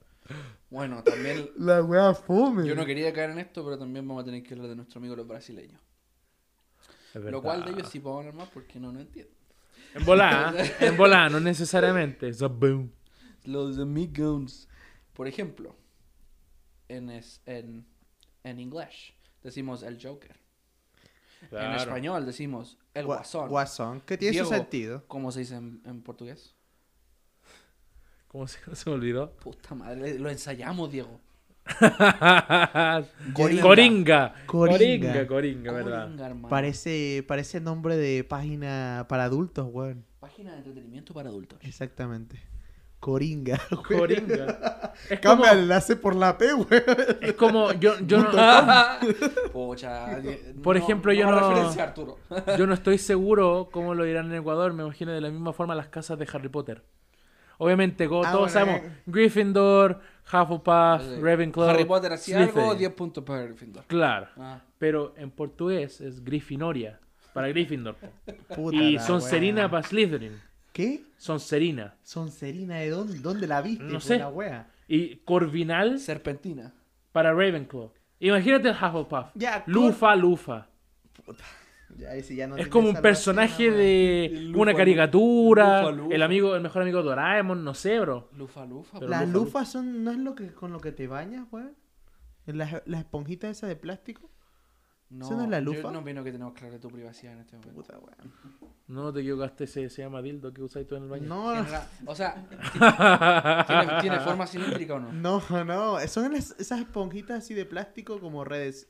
Speaker 3: bueno, también
Speaker 1: La wea fume.
Speaker 3: Yo
Speaker 2: Mm.
Speaker 3: no quería caer en esto, pero también vamos a tener que hablar de nuestro amigo los brasileños.
Speaker 2: Es
Speaker 3: Lo cual de
Speaker 2: verdad.
Speaker 3: ellos sí podemos hablar más porque no, no entiendo.
Speaker 2: En volá, ¿eh? en volá, no necesariamente. Zaboom.
Speaker 3: Los amigos. Por ejemplo, en, es- en, en inglés decimos el Joker. En
Speaker 2: Claro.
Speaker 3: español decimos el
Speaker 1: Gua-
Speaker 3: Guasón.
Speaker 1: Guasón, que tiene su
Speaker 3: Diego,
Speaker 1: sentido.
Speaker 3: ¿Cómo se dice en, en portugués?
Speaker 2: ¿Cómo se, se me olvidó?
Speaker 3: Puta madre, lo ensayamos, Diego.
Speaker 2: Coringa.
Speaker 1: Coringa.
Speaker 2: Coringa.
Speaker 1: Coringa.
Speaker 2: Coringa, Coringa, ¿verdad?
Speaker 3: Coringa, hermano.
Speaker 1: Parece, parece nombre de página para adultos, weón.
Speaker 3: Página de entretenimiento para adultos.
Speaker 1: Exactamente. Coringa. weón.
Speaker 2: Coringa. Es como,
Speaker 1: Cambia el enlace por la P, weón.
Speaker 2: es como yo, yo, no, Ah,
Speaker 3: Pocha, die-
Speaker 2: Por
Speaker 3: no-
Speaker 2: ejemplo,
Speaker 3: no
Speaker 2: yo
Speaker 3: me
Speaker 2: no-
Speaker 3: referencia a Arturo.
Speaker 2: yo no estoy seguro cómo lo dirán en Ecuador. Me imagino de la misma forma las casas de Harry Potter. Obviamente, como
Speaker 1: Ah,
Speaker 2: todos
Speaker 1: bueno,
Speaker 2: sabemos,
Speaker 1: eh.
Speaker 2: Gryffindor, Hufflepuff,
Speaker 3: Sí.
Speaker 2: Ah, Ravenclaw.
Speaker 3: Harry Potter hacía algo,
Speaker 2: Slytherin.
Speaker 3: 10 puntos para Gryffindor.
Speaker 2: Claro.
Speaker 3: Ah.
Speaker 2: Pero en portugués es Gryffinoria para Gryffindor. po.
Speaker 1: Puta
Speaker 2: y
Speaker 1: la
Speaker 2: Sonserina
Speaker 1: wea.
Speaker 2: para Slytherin.
Speaker 1: ¿Qué?
Speaker 2: Sonserina.
Speaker 1: Sonserina, ¿de dónde, dónde la viste? Fue
Speaker 2: No sé.
Speaker 1: una wea.
Speaker 2: Y Corvinal
Speaker 3: Serpentina.
Speaker 2: para Ravenclaw. Imagínate el Hufflepuff.
Speaker 1: Ya, Cor-
Speaker 2: Lufa, Lufa.
Speaker 1: Ya, ese ya no
Speaker 2: Es
Speaker 1: tiene
Speaker 2: como un
Speaker 1: salvación,
Speaker 2: personaje
Speaker 1: wea.
Speaker 2: de
Speaker 3: El
Speaker 2: una
Speaker 3: Lufa,
Speaker 2: caricatura,
Speaker 3: Lufa, Lufa.
Speaker 2: el amigo, el mejor amigo de Doraemon, no sé, bro.
Speaker 3: Lufa, lufa.
Speaker 2: Pero
Speaker 3: bro.
Speaker 1: Las
Speaker 2: lufa,
Speaker 1: lufas son, ¿no es lo que con lo que te bañas, weón? Las, las esponjitas esas de plástico.
Speaker 3: No,
Speaker 1: ¿eso no es la
Speaker 3: yo
Speaker 1: lufa?
Speaker 3: no opino que tenemos clara tu privacidad en este momento.
Speaker 1: Puta, weón.
Speaker 2: No te equivocaste, ese se llama dildo que usáis tú en el baño.
Speaker 1: No,
Speaker 3: Tiene ra- O sea, ¿tiene, tiene forma cilíndrica o no?
Speaker 1: no, no. Son las- esas esponjitas así de plástico como redes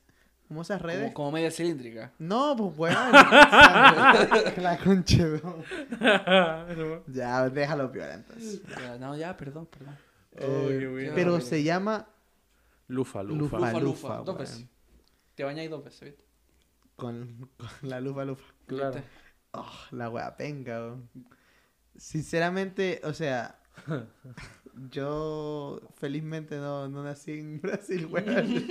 Speaker 1: Como esas redes.
Speaker 3: Como, como media cilíndrica.
Speaker 1: No, pues weón. la concha. weón.
Speaker 2: oh,
Speaker 1: Ya, déjalo peor entonces.
Speaker 3: Ya, No, ya, perdón, perdón.
Speaker 1: Eh,
Speaker 2: qué bueno.
Speaker 1: pero se llama
Speaker 2: Lufa, lufa.
Speaker 1: Lufa.
Speaker 3: Lufa, lufa,
Speaker 1: lufa,
Speaker 3: dos
Speaker 1: weón.
Speaker 3: veces. Te bañáis dos veces, ¿viste?
Speaker 1: con, con la lupa lupa.
Speaker 2: Claro.
Speaker 3: ¿Viste?
Speaker 1: Oh, la wea penca, weón. Sinceramente, o sea, yo felizmente no, no nací en Brasil, weón.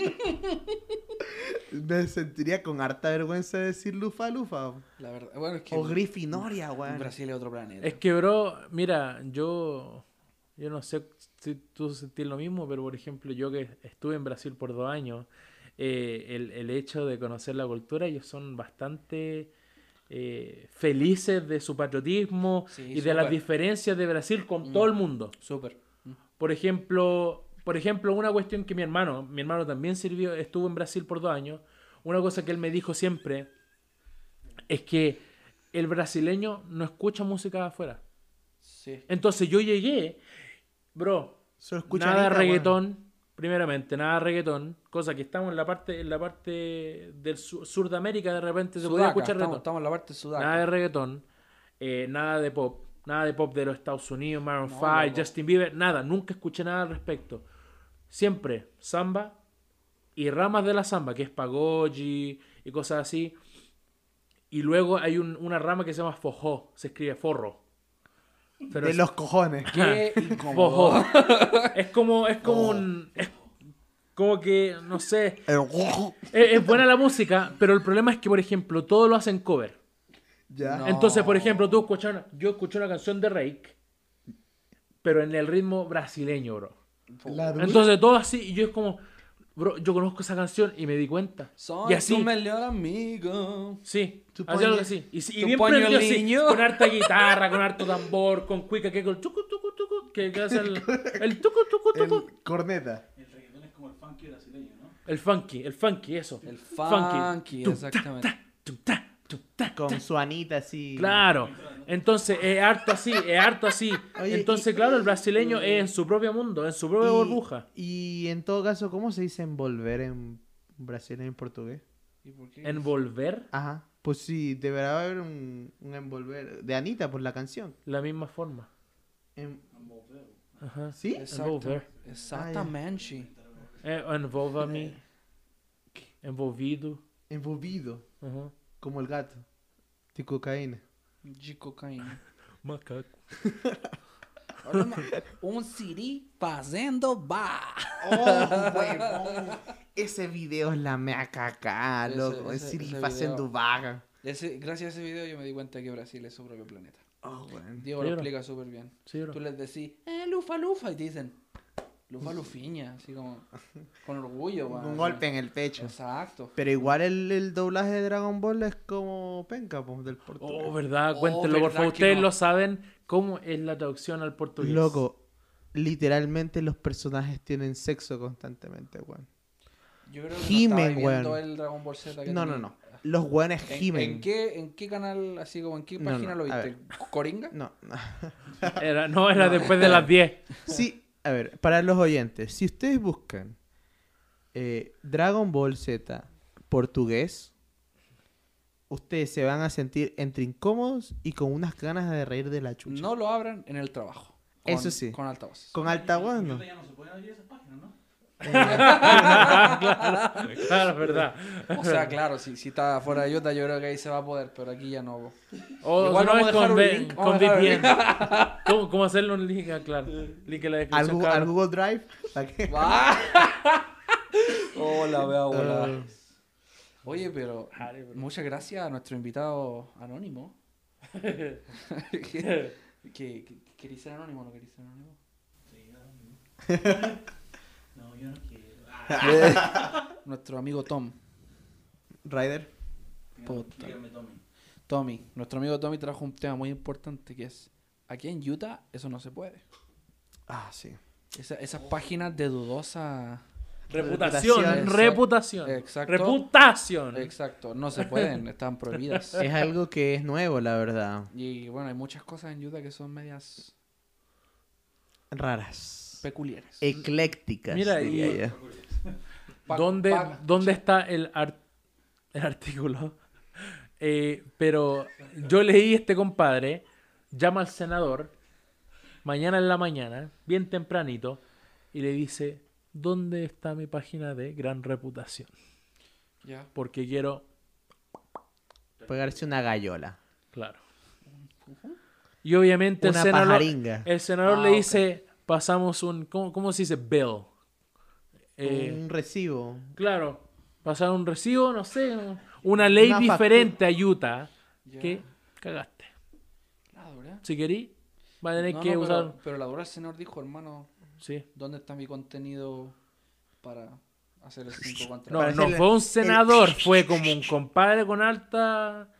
Speaker 1: Me sentiría con harta vergüenza decir lufa lufa. weón.
Speaker 3: este, La verdad. Bueno, es que.
Speaker 1: O grifinoria,
Speaker 3: en
Speaker 1: weón.
Speaker 3: Brasil es otro planeta.
Speaker 2: Es que, bro, mira, yo. Yo no sé si tú sentís lo mismo, pero por ejemplo, yo que estuve en Brasil por dos años, eh, el, el hecho de conocer la cultura, ellos son bastante eh, felices de su patriotismo
Speaker 3: Sí,
Speaker 2: y de las
Speaker 3: súper. Mm.
Speaker 2: diferencias de Brasil con todo el mundo.
Speaker 3: Súper.
Speaker 2: Por ejemplo, por ejemplo, una cuestión que mi hermano, mi hermano también sirvió, estuvo en Brasil por dos años. Una cosa que él me dijo siempre es que el brasileño no escucha música afuera.
Speaker 3: Sí.
Speaker 2: Entonces yo llegué, bro,
Speaker 1: Solo escucha
Speaker 2: nada
Speaker 1: Anita, weón.
Speaker 2: reggaetón, primeramente, nada reggaetón, cosa que estamos en la parte, en la parte del sur, sur de América, de repente se podía
Speaker 3: Sudaca,
Speaker 2: escuchar
Speaker 3: estamos,
Speaker 2: reggaetón.
Speaker 3: estamos en la parte sudaca.
Speaker 2: Nada de reggaetón, eh, nada de pop, nada de pop de los Estados Unidos, Maroon
Speaker 3: No,
Speaker 2: 5,
Speaker 3: loco.
Speaker 2: Justin Bieber, nada, nunca escuché nada al respecto. Siempre samba y ramas de la samba, que es pagoji y cosas así. Y luego hay un- una rama que se llama fojó, se escribe forro. Pero
Speaker 1: de
Speaker 2: es-
Speaker 1: los cojones.
Speaker 3: Qué
Speaker 2: Ojo.
Speaker 3: incómodo.
Speaker 2: Es como, es
Speaker 3: Oh.
Speaker 2: como un. es como que, no sé.
Speaker 1: El-
Speaker 2: Es, es buena la música, pero el problema es que, por ejemplo, todo lo hacen cover.
Speaker 1: ya.
Speaker 3: No.
Speaker 2: Entonces, por ejemplo, tú escuchas una- yo escuché una canción de Rake, pero en el ritmo brasileño, bro.
Speaker 1: La dulce.
Speaker 2: Entonces, todo así, y yo es como, bro, yo conozco esa canción y me di cuenta.
Speaker 3: Son
Speaker 2: y así.
Speaker 3: tu mejor amigo.
Speaker 2: Sí,
Speaker 1: Tu
Speaker 2: así algo
Speaker 1: paño-
Speaker 2: así. Y, sí, y
Speaker 3: tu
Speaker 2: bien
Speaker 3: paño
Speaker 2: prendido así,
Speaker 3: niño.
Speaker 2: con harta guitarra, con harto tambor, con cuica, que con tucu, tucu, tucu, que que hace el, el tucu, tucu, tucu.
Speaker 1: El corneta.
Speaker 4: El reggaetón es como el funky brasileño, ¿no?
Speaker 2: El funky, el funky, eso.
Speaker 3: El funky,
Speaker 2: Tum,
Speaker 3: exactamente.
Speaker 2: ta, tum, ta, tum, ta.
Speaker 1: Con su anita así.
Speaker 2: Claro. Entonces, es harto así, es harto así.
Speaker 1: Oye,
Speaker 2: Entonces,
Speaker 1: y-
Speaker 2: claro, el brasileño es en su propio mundo, en su propia burbuja.
Speaker 1: Y en todo caso, ¿cómo se dice envolver en brasileño en portugués?
Speaker 3: ¿Y por qué?
Speaker 2: Envolver
Speaker 1: Ajá. Pues sí, deberá haber un, un envolver de Anita por la canción.
Speaker 2: la misma forma.
Speaker 1: En-
Speaker 2: Ajá.
Speaker 1: ¿Sí?
Speaker 3: Exacto.
Speaker 2: Envolver.
Speaker 3: Exactamente.
Speaker 1: Ah,
Speaker 2: Eh, envolva me. Envolvido.
Speaker 1: Envolvido,
Speaker 2: Ajá.
Speaker 1: como el gato. De cocaína.
Speaker 3: De cocaína.
Speaker 2: Macaco.
Speaker 3: Olha, mano, um siri fazendo bar.
Speaker 1: ¡Oh, huevón! Ese video es la mea caca,
Speaker 3: Ese-
Speaker 1: loco.
Speaker 3: ese-
Speaker 1: Es
Speaker 3: ese
Speaker 1: Sirifa
Speaker 3: video.
Speaker 1: haciendo vaga.
Speaker 3: Ese, gracias a ese video yo me di cuenta que Brasil es su propio planeta.
Speaker 1: Oh, weón.
Speaker 3: Diego
Speaker 2: Sí,
Speaker 3: lo
Speaker 2: bro.
Speaker 3: explica súper bien.
Speaker 2: Sí, bro.
Speaker 3: Tú les decís, eh, lufa, lufa, y te dicen, lufa, lufiña, así como, con orgullo. weón,
Speaker 1: Un
Speaker 3: así.
Speaker 1: golpe en el pecho.
Speaker 3: Exacto.
Speaker 1: Pero igual el, el doblaje de Dragon Ball es como penca, pues, del portugués.
Speaker 2: Oh, verdad,
Speaker 3: Oh,
Speaker 2: cuéntenlo, por
Speaker 3: verdad
Speaker 2: favor.
Speaker 3: que
Speaker 2: Ustedes
Speaker 3: no.
Speaker 2: lo saben cómo es la traducción al portugués.
Speaker 1: Loco, literalmente los personajes tienen sexo constantemente, weón.
Speaker 3: Yo creo que
Speaker 1: Gimen,
Speaker 3: no estaba viendo
Speaker 1: weón.
Speaker 3: el Dragon Ball Z. que
Speaker 1: No, no,
Speaker 3: tenía.
Speaker 1: no. Los weones
Speaker 3: ¿En,
Speaker 1: gimen.
Speaker 3: en qué, ¿En qué canal, así como, en qué
Speaker 1: No,
Speaker 3: página
Speaker 1: no,
Speaker 3: lo
Speaker 1: a
Speaker 3: viste? ¿Coringa?
Speaker 1: No.
Speaker 2: Era, no, era después de las 10.
Speaker 1: Sí, a ver, para los oyentes, si ustedes buscan eh, Dragon Ball Z portugués, ustedes se van a sentir entre incómodos y con unas ganas de reír de la chucha.
Speaker 3: No lo abran en el trabajo. Con-
Speaker 1: Eso sí.
Speaker 3: Con altavoces.
Speaker 1: Con altavoz, no.
Speaker 4: Ya no se pueden abrir esas páginas, ¿no?
Speaker 2: Claro, verdad.
Speaker 3: O sea, claro, si, si está fuera de Utah, yo creo que ahí se va a poder, pero aquí ya no. po.
Speaker 2: O
Speaker 3: Igual
Speaker 2: si no
Speaker 3: vamos a
Speaker 2: es
Speaker 3: dejar
Speaker 2: con,
Speaker 3: un
Speaker 2: V-
Speaker 3: link,
Speaker 2: con
Speaker 3: vamos a dejar un
Speaker 2: VPN. ¿Cómo, cómo hacerlo un link? Ah, Claro. Link en la
Speaker 1: Al,
Speaker 2: descripción.
Speaker 1: Gu- al
Speaker 2: cabrón.
Speaker 1: Google Drive. ¿para qué?
Speaker 3: Hola, vea,
Speaker 1: Eh,
Speaker 3: hola. Oye, pero
Speaker 2: Ah. Jale, bro.
Speaker 3: muchas gracias a nuestro invitado anónimo. que, que- ¿Queréis ser anónimo o no queréis ser anónimo?
Speaker 4: Sí, ya, no. No, yo no quiero. Ah,
Speaker 3: Nuestro amigo Tom.
Speaker 1: Ryder.
Speaker 3: Puta.
Speaker 4: dígame, Tommy.
Speaker 3: Tommy. Nuestro amigo Tommy trajo un tema muy importante que es, aquí en Utah eso no se puede.
Speaker 1: Ah, sí.
Speaker 3: Esa- esas páginas de dudosa...
Speaker 2: Reputación,
Speaker 3: Exacto.
Speaker 2: reputación.
Speaker 3: Exacto.
Speaker 2: Reputación.
Speaker 3: Exacto, no se pueden, están prohibidas.
Speaker 2: Eh,
Speaker 1: Es algo que es nuevo, la verdad.
Speaker 3: Y bueno, hay muchas cosas en Utah que son medias
Speaker 1: Raras.
Speaker 2: Eh,
Speaker 3: peculiares.
Speaker 1: Eclécticas.
Speaker 2: Mira,
Speaker 1: diría
Speaker 2: y-
Speaker 1: yo.
Speaker 3: Pa-
Speaker 2: ¿Dónde,
Speaker 3: pa-
Speaker 2: dónde está el art- el artículo. Eh, pero yo leí este compadre, llama al senador, mañana en la mañana, bien tempranito, y le dice, ¿dónde está mi página de gran reputación?
Speaker 3: Ya.
Speaker 2: Porque quiero,
Speaker 1: Pegarse una gallola.
Speaker 2: claro. Y
Speaker 3: Este
Speaker 2: obviamente
Speaker 1: Una
Speaker 2: el senador,
Speaker 1: pajaringa.
Speaker 2: el senador
Speaker 3: Ah,
Speaker 2: le
Speaker 3: ok.
Speaker 2: dice, pasamos un, ¿cómo, cómo se dice? Bill.
Speaker 3: Mm.
Speaker 2: Eh,
Speaker 1: Un recibo.
Speaker 2: Claro, pasar un recibo, no sé, una ley
Speaker 1: Una
Speaker 2: diferente a Utah
Speaker 3: Ya.
Speaker 2: que cagaste.
Speaker 3: La dura.
Speaker 2: Si querís, va a tener
Speaker 3: No,
Speaker 2: que
Speaker 3: no,
Speaker 2: usar.
Speaker 3: pero, pero la dura el señor dijo, hermano,
Speaker 2: Sí.
Speaker 3: ¿dónde está mi contenido para hacer el 5 contra
Speaker 2: No,
Speaker 1: Parece
Speaker 2: no
Speaker 1: el-
Speaker 2: fue un
Speaker 1: el-
Speaker 2: senador, fue como un compadre con alta.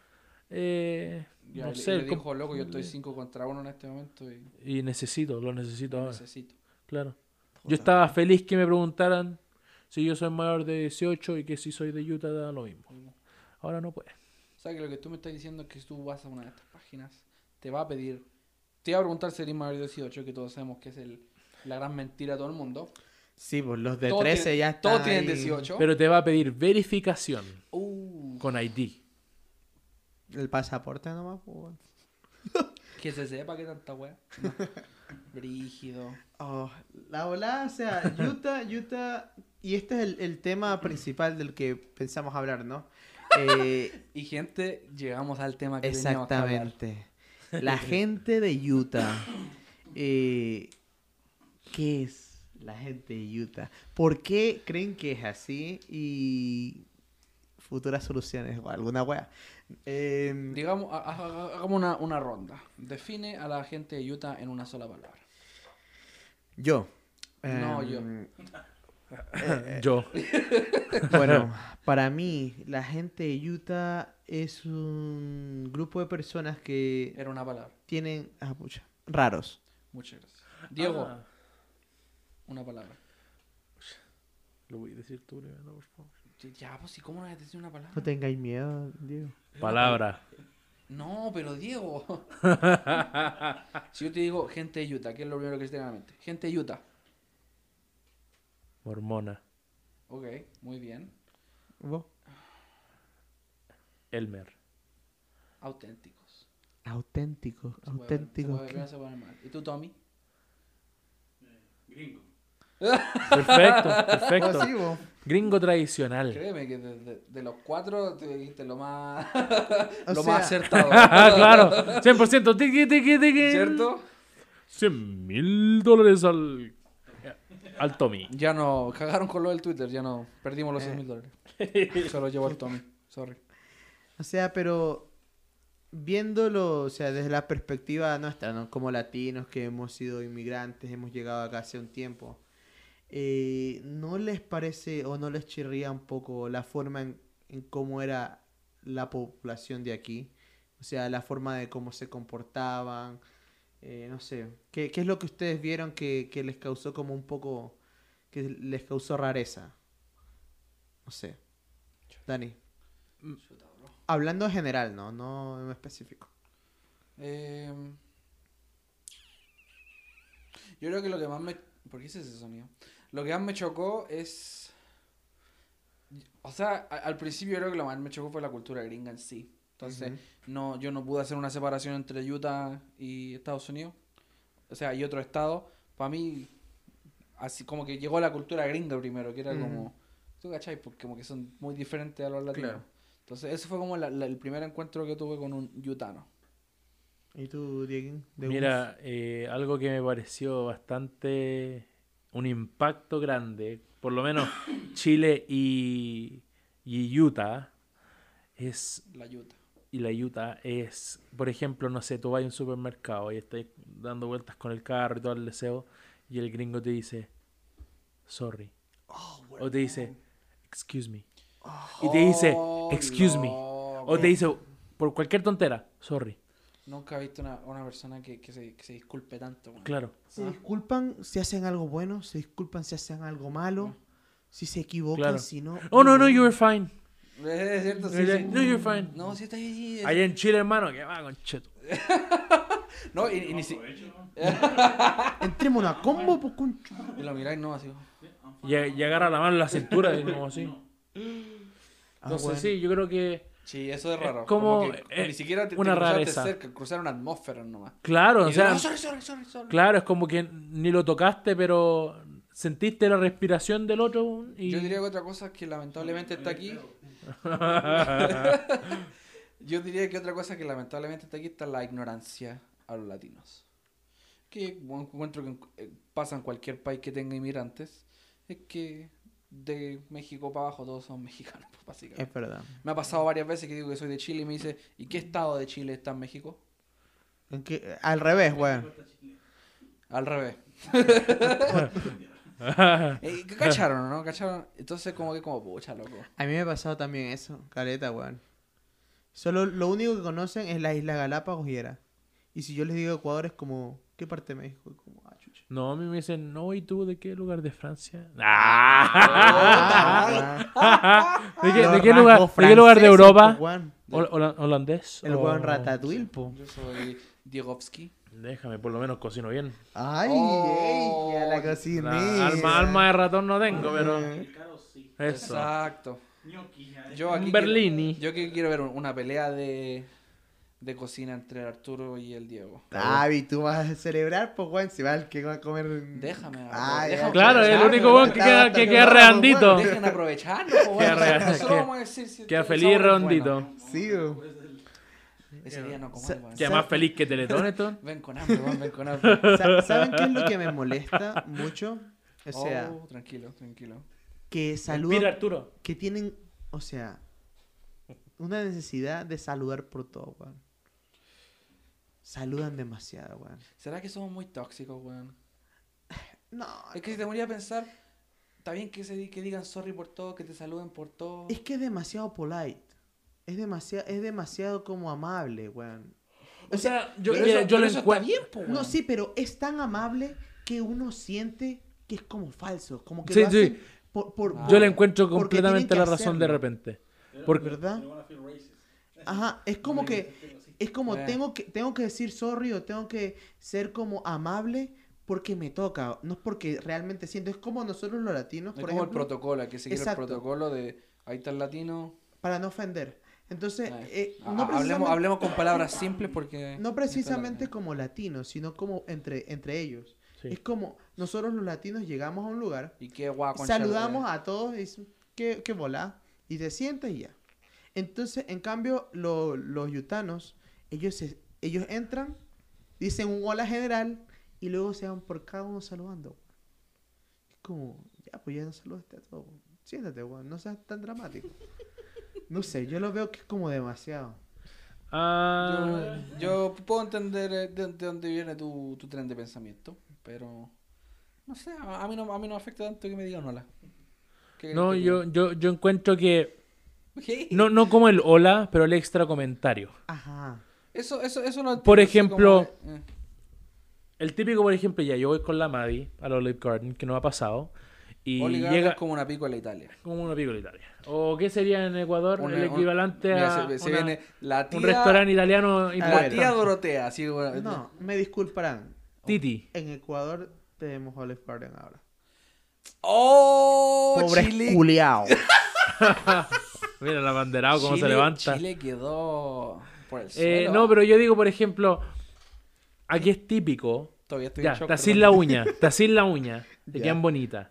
Speaker 2: eh,
Speaker 3: Ya,
Speaker 2: no
Speaker 3: y le-
Speaker 2: sé,
Speaker 3: y
Speaker 2: el
Speaker 3: le
Speaker 2: com-
Speaker 3: dijo, loco, yo estoy 5 contra 1 en este momento y
Speaker 2: y necesito, lo necesito ahora.
Speaker 3: necesito.
Speaker 2: Claro. Yo estaba feliz que me preguntaran si yo soy mayor de 18 y que si soy de Utah da lo mismo. Ahora no puede.
Speaker 3: O sea, que lo que tú me estás diciendo es que si tú vas a una de estas páginas, te va a pedir, te va a preguntar si eres mayor de 18, que todos sabemos que es el, la gran mentira de todo el mundo.
Speaker 1: Sí, pues los de
Speaker 3: Todos
Speaker 1: 13
Speaker 3: tienen-
Speaker 1: ya están
Speaker 3: Todos tienen
Speaker 1: ahí.
Speaker 3: 18.
Speaker 2: Pero te va a pedir verificación
Speaker 3: Uh,
Speaker 2: con ID.
Speaker 1: El pasaporte nomás. pues, bueno.
Speaker 3: que se sepa que tanta wea. Brígido.
Speaker 1: Oh, la volada, o sea, Utah, Utah... Y este es el, el tema principal del que pensamos hablar, ¿no? Eh,
Speaker 3: Y gente, llegamos al tema que teníamos que hablar.
Speaker 1: Exactamente. La gente de Utah. eh, ¿Qué es la gente de Utah? ¿Por qué creen que es así? Y futuras soluciones o alguna wea. Em,
Speaker 3: Digamos, ha- ha- ha- hagamos una, una ronda. Define a la gente de Utah en una sola palabra.
Speaker 1: yo.
Speaker 3: No,
Speaker 1: Em, eh,
Speaker 3: Eh,
Speaker 2: Yo.
Speaker 1: Bueno, para mí la gente de Utah es un grupo de personas que
Speaker 3: Era una palabra.
Speaker 1: tienen... ah, pucha, raros.
Speaker 3: Muchas gracias. Diego,
Speaker 2: Ah.
Speaker 3: una palabra.
Speaker 2: Lo voy a decir tú primero, por favor.
Speaker 3: Ya, pues, ¿y cómo no vas a decir una palabra?
Speaker 1: No tengáis miedo, Diego.
Speaker 2: Palabra.
Speaker 3: No, pero Diego. si yo te digo gente de Utah, ¿qué es lo primero que se te viene a la mente? Gente de Utah.
Speaker 2: Mormona.
Speaker 3: Ok, muy bien.
Speaker 1: ¿Vos?
Speaker 2: Elmer.
Speaker 3: Auténticos.
Speaker 1: Auténticos,
Speaker 3: Se puede-
Speaker 1: auténticos.
Speaker 3: se puede ver, se puede ver mal. ¿Y tú, Tommy?
Speaker 4: Gringo.
Speaker 2: Perfecto, perfecto.
Speaker 1: Oh, sí, vos.
Speaker 2: Gringo tradicional.
Speaker 3: Créeme que de, de- de los cuatro te dijiste lo más,
Speaker 1: O
Speaker 3: lo más
Speaker 1: sea-
Speaker 2: Ah,
Speaker 3: acertado.
Speaker 2: claro. 100%. Tiqui, tiqui, tiqui.
Speaker 3: ¿Cierto?
Speaker 2: 100 mil dólares al... Al Tommy.
Speaker 3: Ya no, cagaron con lo del Twitter, ya no. Perdimos los
Speaker 1: Eh.
Speaker 3: 6 mil dólares. Se los llevó el Tommy. Sorry.
Speaker 1: O sea, pero viéndolo, o sea, desde la perspectiva nuestra, ¿no? Como latinos que hemos sido inmigrantes, hemos llegado acá hace un tiempo, eh, ¿no les parece o no les chirría un poco la forma en, en cómo era la población de aquí? O sea, la forma de cómo se comportaban, eh, no sé. ¿Qué, qué es lo que ustedes vieron que, que les causó como un poco, que les causó rareza? No sé. Dani.
Speaker 3: Chuta, bro.
Speaker 1: Hablando en general, ¿no? No en específico.
Speaker 3: Eh, yo creo que lo que más me... ¿Por qué hice ese sonido? Lo que más me chocó es... O sea, a- al principio yo creo que lo más me chocó fue la cultura gringa en sí. Entonces,
Speaker 1: Ujú.
Speaker 3: no, yo no pude hacer una separación entre Utah y Estados Unidos. O sea, y otro estado. Para mí, así como que llegó la cultura gringa primero, que era
Speaker 1: Ujú.
Speaker 3: como... ¿Tú cachai? Porque como que son muy diferentes a los latinos.
Speaker 1: Claro.
Speaker 3: Entonces, eso fue como la- la- el primer encuentro que tuve con un yutano.
Speaker 1: ¿Y tú, Diego?
Speaker 2: Mira, eh, algo que me pareció bastante un impacto grande, por lo menos Chile y, y Utah, es
Speaker 3: La yuta.
Speaker 2: y la Utah es, por ejemplo, no sé, tú vas a un supermercado y estás dando vueltas con el carro y todo el deseo, y el gringo te dice, sorry.
Speaker 3: Oh,
Speaker 2: o te dice, excuse me. Y te dice,
Speaker 3: Oh,
Speaker 2: excuse me. O te dice, por cualquier tontera, sorry.
Speaker 3: Nunca he visto una, una persona que, que, se, que se disculpe tanto. weón.
Speaker 2: Claro.
Speaker 1: ¿Se disculpan si hacen algo bueno? ¿Se disculpan si hacen algo malo? Si se equivocan,
Speaker 2: Claro.
Speaker 1: si no...
Speaker 2: Oh, no, no, you were fine.
Speaker 3: Es cierto, sí, sí.
Speaker 2: No, you're fine.
Speaker 3: No, sí está ahí. es-
Speaker 2: Allá en Chile, hermano, que va con cheto.
Speaker 3: No, y, y ni si...
Speaker 4: Aprovecho, ¿no?
Speaker 1: Entremos en una combo, pues, concho.
Speaker 3: Y lo miráis, no, así. Ah,
Speaker 2: Y, y agarra la mano en la cintura, y como así.
Speaker 1: Ah,
Speaker 2: Entonces,
Speaker 1: bueno.
Speaker 2: sí, yo creo que.
Speaker 3: Sí, eso es
Speaker 2: Es
Speaker 3: raro.
Speaker 2: como,
Speaker 3: que
Speaker 2: eh,
Speaker 3: ni siquiera te,
Speaker 2: una
Speaker 3: te cruzaste
Speaker 2: rareza.
Speaker 3: cerca, cruzaron atmósferas nomás.
Speaker 2: Claro, o
Speaker 3: Y
Speaker 2: sea.
Speaker 3: no, sorry, sorry, sorry, sorry.
Speaker 2: Claro, es como que ni lo tocaste, pero sentiste la respiración del otro. un- Y...
Speaker 3: Yo diría que otra cosa que lamentablemente está aquí. Yo diría que otra cosa que lamentablemente está aquí está la ignorancia a los latinos. Que bueno, encuentro que eh, pasa en cualquier país que tenga inmigrantes. Es que de México para abajo todos son mexicanos, pues, básicamente.
Speaker 1: Es verdad.
Speaker 3: Me ha pasado varias veces que digo que soy de Chile y me dice, ¿y qué estado de Chile está en México?
Speaker 1: ¿En qué- Al revés, weón.
Speaker 3: Al revés. Eh, ¿Cacharon, no? ¿Cacharon? Entonces como que como, pucha, loco.
Speaker 1: A mí me ha pasado también eso, careta, weón. Solo lo único que conocen es la isla Galápagos y era. Y si yo les digo Ecuador es como, ¿qué parte de México? Y Como, ah, chucha.
Speaker 2: No, a mí me dicen, no, ¿y tú de qué lugar de Francia?
Speaker 1: Ah,
Speaker 2: ¿De qué,
Speaker 1: los
Speaker 2: de qué lugar,
Speaker 1: rasgos
Speaker 2: ¿De qué lugar de
Speaker 1: franceses,
Speaker 2: Europa?
Speaker 1: po, weón.
Speaker 2: Hol- hola- ¿Holandés? Oh,
Speaker 1: El
Speaker 2: o-
Speaker 1: weón Ratatouille, pues. po.
Speaker 3: Yo soy Diegovsky.
Speaker 2: Déjame, por lo menos cocino bien.
Speaker 1: Ay,
Speaker 3: Oh,
Speaker 1: ey, a la
Speaker 2: La
Speaker 1: cocinera.
Speaker 2: alma, alma de ratón no tengo, pero...
Speaker 4: Claro, sí.
Speaker 2: Eso.
Speaker 3: Exacto.
Speaker 4: Gnocchi, ya.
Speaker 3: Yo aquí
Speaker 2: Un
Speaker 3: quiero-
Speaker 2: Berlini.
Speaker 3: yo aquí quiero ver un- una pelea de, de cocina entre Arturo y el Diego.
Speaker 1: David, tú vas a celebrar, pues, weón, si vas al que va a comer. Ah,
Speaker 3: Déjame, weón.
Speaker 1: Ay,
Speaker 3: Déjame.
Speaker 2: Claro,
Speaker 3: es
Speaker 2: el
Speaker 3: Claro,
Speaker 2: único
Speaker 3: weón,
Speaker 2: weón que queda, que queda
Speaker 1: reandito.
Speaker 2: redondito.
Speaker 3: Dejen aprovecharlo, po, weón.
Speaker 2: Qué real,
Speaker 3: Nosotros
Speaker 2: qué-
Speaker 3: vamos a decir si-
Speaker 2: Queda
Speaker 3: si
Speaker 2: feliz y
Speaker 3: somos buenos.
Speaker 2: redondito.
Speaker 1: Sí, weón.
Speaker 3: Ese día no como
Speaker 1: Sa-
Speaker 3: weón.
Speaker 2: Queda más feliz que Teletón esto.
Speaker 3: Ven con hambre, weón, ven con hambre.
Speaker 1: Sa- ¿Saben qué es lo que me molesta mucho? O sea,
Speaker 3: Oh, tranquilo, tranquilo.
Speaker 1: que
Speaker 2: Pira
Speaker 1: saludan,
Speaker 2: Arturo.
Speaker 1: que tienen, o sea, una necesidad de saludar por todo, weón. Saludan demasiado, weón.
Speaker 3: ¿Será que somos muy tóxicos, weón?
Speaker 1: No,
Speaker 3: Es que si te moría a pensar, está bien que, se, di- que digan sorry por todo, que te saluden por todo.
Speaker 1: es que es demasiado polite. Es demasiado, es demasiado como amable, weón.
Speaker 2: O sea, yo,
Speaker 3: Pero
Speaker 2: mira,
Speaker 3: eso-
Speaker 2: yo
Speaker 3: pero
Speaker 2: lo
Speaker 3: eso
Speaker 2: encuentro...
Speaker 3: Está bien, po,
Speaker 1: No,
Speaker 3: weón.
Speaker 1: sí, pero es tan amable que uno siente que es como falso. Como que
Speaker 2: Sí,
Speaker 1: lo hacen
Speaker 2: sí.
Speaker 1: por- por-
Speaker 3: Ah.
Speaker 2: Yo le encuentro
Speaker 1: porque
Speaker 2: completamente
Speaker 1: tienen
Speaker 2: la
Speaker 1: que
Speaker 2: razón de
Speaker 1: hacerlo.
Speaker 2: repente. Porque,
Speaker 1: ¿Verdad?
Speaker 4: You're gonna feel racist.
Speaker 1: Ajá, es como que es como
Speaker 3: Eh.
Speaker 1: tengo que tengo que decir sorry o tengo que ser como amable porque me toca, no es porque realmente siento, es como nosotros los latinos,
Speaker 3: Es
Speaker 1: por
Speaker 3: como el
Speaker 1: ejemplo,
Speaker 3: protocolo, hay que seguir
Speaker 1: Exacto.
Speaker 3: el protocolo de ahí está el latino.
Speaker 1: para no ofender. Entonces,
Speaker 3: Ah,
Speaker 1: eh,
Speaker 3: ah,
Speaker 1: no
Speaker 3: hablemos,
Speaker 1: precisamente,
Speaker 3: hablemos con palabras simples porque.
Speaker 1: no precisamente como latinos, sino como entre entre ellos.
Speaker 2: Sí.
Speaker 1: Es como nosotros los latinos llegamos a un lugar
Speaker 3: Y qué guapo.
Speaker 1: saludamos a todos y dicen, ¿qué, qué volá? Y te sientas y ya. Entonces, en cambio, lo- los yutanos, ellos, se- ellos entran, dicen un hola general y luego se van por cada uno saludando. Es como, ya, pues ya no saludaste a todos. Siéntate, weón, no seas tan dramático. No sé, yo lo veo que es como demasiado.
Speaker 2: ah,
Speaker 3: eh. Yo, yo puedo entender eh, de, de dónde viene tu, tu tren de pensamiento, pero. No sé, a, a mí no, a mí no me afecta tanto que me digan hola. ¿Qué crees
Speaker 2: no,
Speaker 3: que tú-
Speaker 2: yo, yo, yo encuentro que...
Speaker 3: Ujú.
Speaker 2: No, no como el hola, pero el extra comentario.
Speaker 1: Ajá.
Speaker 3: Eso, eso, eso lo
Speaker 2: Por
Speaker 3: entiendo, así
Speaker 2: ejemplo,
Speaker 3: como de, eh,
Speaker 2: El típico, por ejemplo, ya yo voy con la Maddie a la Olive Garden, que no ha pasado, y
Speaker 3: Olive Garden
Speaker 2: llega
Speaker 3: es como una pico a la Italia.
Speaker 2: como una picola Italia. ¿O qué sería en Ecuador
Speaker 3: Una-
Speaker 2: el
Speaker 3: un-
Speaker 2: equivalente
Speaker 3: mira,
Speaker 2: a
Speaker 3: se, se
Speaker 2: una-
Speaker 3: viene la tía,
Speaker 2: un restaurante italiano
Speaker 3: la
Speaker 2: impuesto?
Speaker 3: tía Dorotea, así bueno,
Speaker 1: No, me disculparán.
Speaker 2: Titi.
Speaker 1: En Ecuador tenemos Olive Garden ahora.
Speaker 3: ¡Oh!
Speaker 1: Pobre
Speaker 3: Chile,
Speaker 1: culiao.
Speaker 2: Mira el abanderado cómo Ah, se
Speaker 3: Chile-
Speaker 2: levanta.
Speaker 3: Chile quedó por el
Speaker 2: Eh,
Speaker 3: suelo.
Speaker 2: no, pero yo digo, por ejemplo, aquí es típico
Speaker 3: Todavía estoy
Speaker 2: Ya,
Speaker 3: en shock.
Speaker 2: te hacís
Speaker 3: perdón.
Speaker 2: la uña, te hacís la uña, te
Speaker 1: Ya.
Speaker 2: quedan bonitas.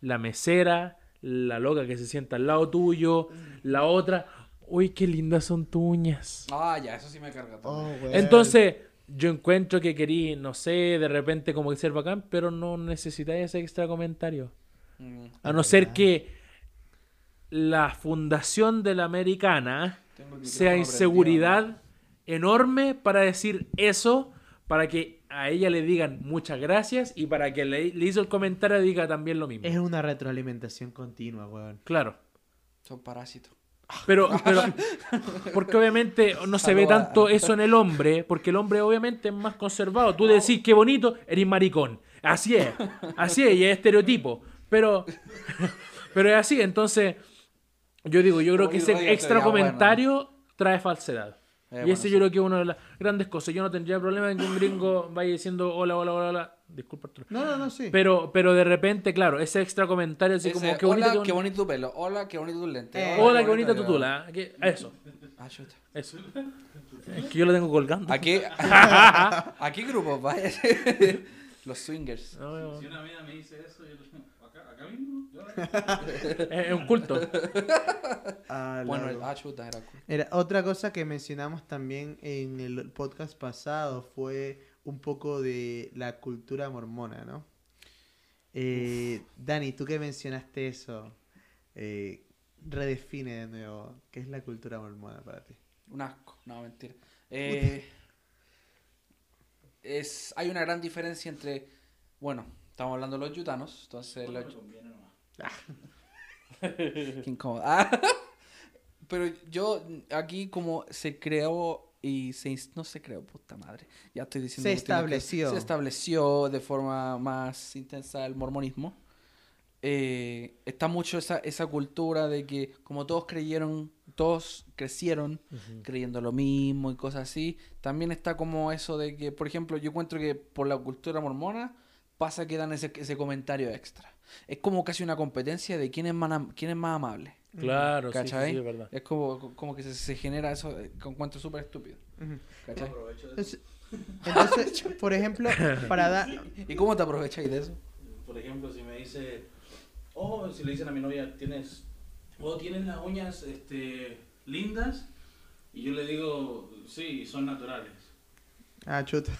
Speaker 2: La mesera, la loca que se sienta al lado tuyo, la otra. Uy, qué lindas son tus uñas.
Speaker 3: Ah, ya, eso sí me carga
Speaker 1: Oh,
Speaker 3: todo.
Speaker 1: weón.
Speaker 2: Entonces, yo encuentro que querí, no sé, de repente como que ser bacán, pero no necesitáis ese extra comentario.
Speaker 3: Mm,
Speaker 2: A no ser que la fundación de la americana
Speaker 3: tengo el
Speaker 2: sea
Speaker 3: micrófono
Speaker 2: inseguridad enorme para decir eso, para que a ella le digan muchas gracias y para que le, le hizo el comentario diga también lo mismo.
Speaker 1: Es una retroalimentación continua, weón.
Speaker 2: Claro.
Speaker 3: prendido. Son parásitos. Eh,
Speaker 2: Pero, pero, porque obviamente no se ve
Speaker 3: Saluda.
Speaker 2: tanto eso en el hombre, porque el hombre obviamente es más conservado. Tú decís qué bonito, eres maricón. Así es, así es, y es estereotipo. Pero, pero es así, entonces, yo digo, yo creo que ese
Speaker 3: Oye, oye,
Speaker 2: extra
Speaker 3: ya, bueno.
Speaker 2: comentario trae falsedad.
Speaker 3: Eh,
Speaker 2: y
Speaker 3: bueno,
Speaker 2: ese yo creo que es una de las grandes cosas. Yo no tendría problema en que un gringo vaya diciendo hola, hola, hola, hola. disculpa Arturo.
Speaker 1: No, no, no, sí.
Speaker 2: Pero, pero de repente, claro, ese extra comentario así
Speaker 3: Ese,
Speaker 2: como, qué
Speaker 3: hola,
Speaker 2: bonito,
Speaker 3: qué bonito tu pelo. Hola, qué bonito tu lente.
Speaker 1: Eh,
Speaker 2: Hola, qué bonita
Speaker 3: tu
Speaker 2: tutula. ¿eh? Que- Eso,
Speaker 3: Ah, chuta.
Speaker 2: eso. Es que yo lo tengo colgando.
Speaker 3: ¿A qué, ¿A qué grupo vaya? Los swingers.
Speaker 2: No, no,
Speaker 4: Si
Speaker 2: no.
Speaker 4: una amiga me dice eso, yo lo... ¿Acá, acá mismo? Yo,
Speaker 2: es, es un culto.
Speaker 1: Ah,
Speaker 3: Bueno, el,
Speaker 1: largo.
Speaker 3: ah, chuta, era cool.
Speaker 1: Era- otra cosa que mencionamos también en el podcast pasado fue un poco de la cultura mormona, ¿no? Eh, Dani, tú que mencionaste eso, eh, redefine de nuevo qué es la cultura mormona para ti.
Speaker 3: Un asco. No, mentira. Eh, es, hay una gran diferencia entre. Bueno, estamos hablando de los yutanos. Entonces,
Speaker 4: no
Speaker 3: los, Ah.
Speaker 4: me conviene nomás.
Speaker 3: Qué incómodo. Ah, Pero yo aquí como se creó y se ins- no se creó, puta madre. Ya estoy diciendo
Speaker 1: Se
Speaker 3: que tiene que-
Speaker 1: estableció.
Speaker 3: se estableció de forma más intensa el mormonismo. Eh, está mucho esa, esa cultura de que como todos creyeron, todos crecieron creyendo lo mismo y cosas así. También está como eso de que, por ejemplo, yo encuentro que por la cultura mormona pasa que dan ese, ese comentario extra. Es como casi una competencia de quién es más, am- quién es más amable.
Speaker 2: Claro, sí, sí, sí,
Speaker 3: ¿Cachai?
Speaker 2: es verdad.
Speaker 3: Es como, como que se, se genera eso eh, que encuentro súper estúpido. ¿Cachai?
Speaker 4: Aprovecho de eso.
Speaker 1: Entonces, entonces, por ejemplo, para dar...
Speaker 3: ¿Y cómo te aprovecháis de eso?
Speaker 4: Por ejemplo, si me dice, oh, si le dicen a mi novia, tienes, oh, tienes las uñas este, lindas, y yo le digo, sí, son naturales.
Speaker 1: Ah, chuta.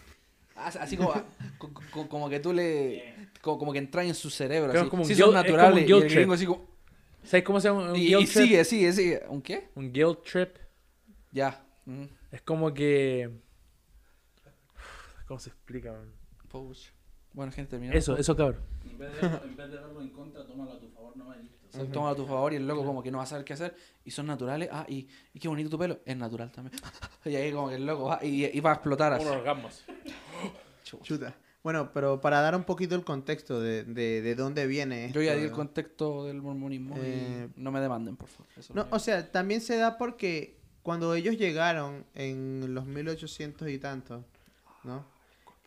Speaker 3: Ah, Así como, ah, co- co- como que tú le... Como, como que entras en su cerebro.
Speaker 2: Claro,
Speaker 3: Así.
Speaker 2: es como un
Speaker 3: sí,
Speaker 2: guilt-
Speaker 3: son
Speaker 2: es como un
Speaker 3: naturales. Y
Speaker 2: guilt
Speaker 3: el
Speaker 2: trip.
Speaker 3: gringo así como...
Speaker 2: ¿Sabes cómo se llama? Un
Speaker 3: Y, y
Speaker 2: guilt trip.
Speaker 3: sigue, sigue, sigue. ¿Un qué?
Speaker 2: Un guilt trip.
Speaker 3: Ya. Mm.
Speaker 2: Es como que. ¿Cómo se explica, man?
Speaker 3: Puch. Bueno, gente, terminamos.
Speaker 2: Eso, eso, cabrón.
Speaker 4: En vez, de, en vez de verlo en contra, tómalo a tu favor nomás y listo.
Speaker 3: Tómalo a tu favor y el loco como que no va a saber qué hacer. Y son naturales. Ah, y, y qué bonito tu pelo. Es natural también. Y ahí como que el loco va y, y va a explotar así.
Speaker 2: Unos orgasmos.
Speaker 1: Chuta. Bueno, pero para dar un poquito el contexto de, de, de dónde viene
Speaker 3: Yo ya
Speaker 1: esto,
Speaker 3: di el
Speaker 1: ¿no?
Speaker 3: contexto del mormonismo. y
Speaker 1: Eh,
Speaker 3: no me demanden, por favor. Eso
Speaker 1: No,
Speaker 3: me-
Speaker 1: o sea, también se da porque cuando ellos llegaron en los 1800 y tantos, ¿no?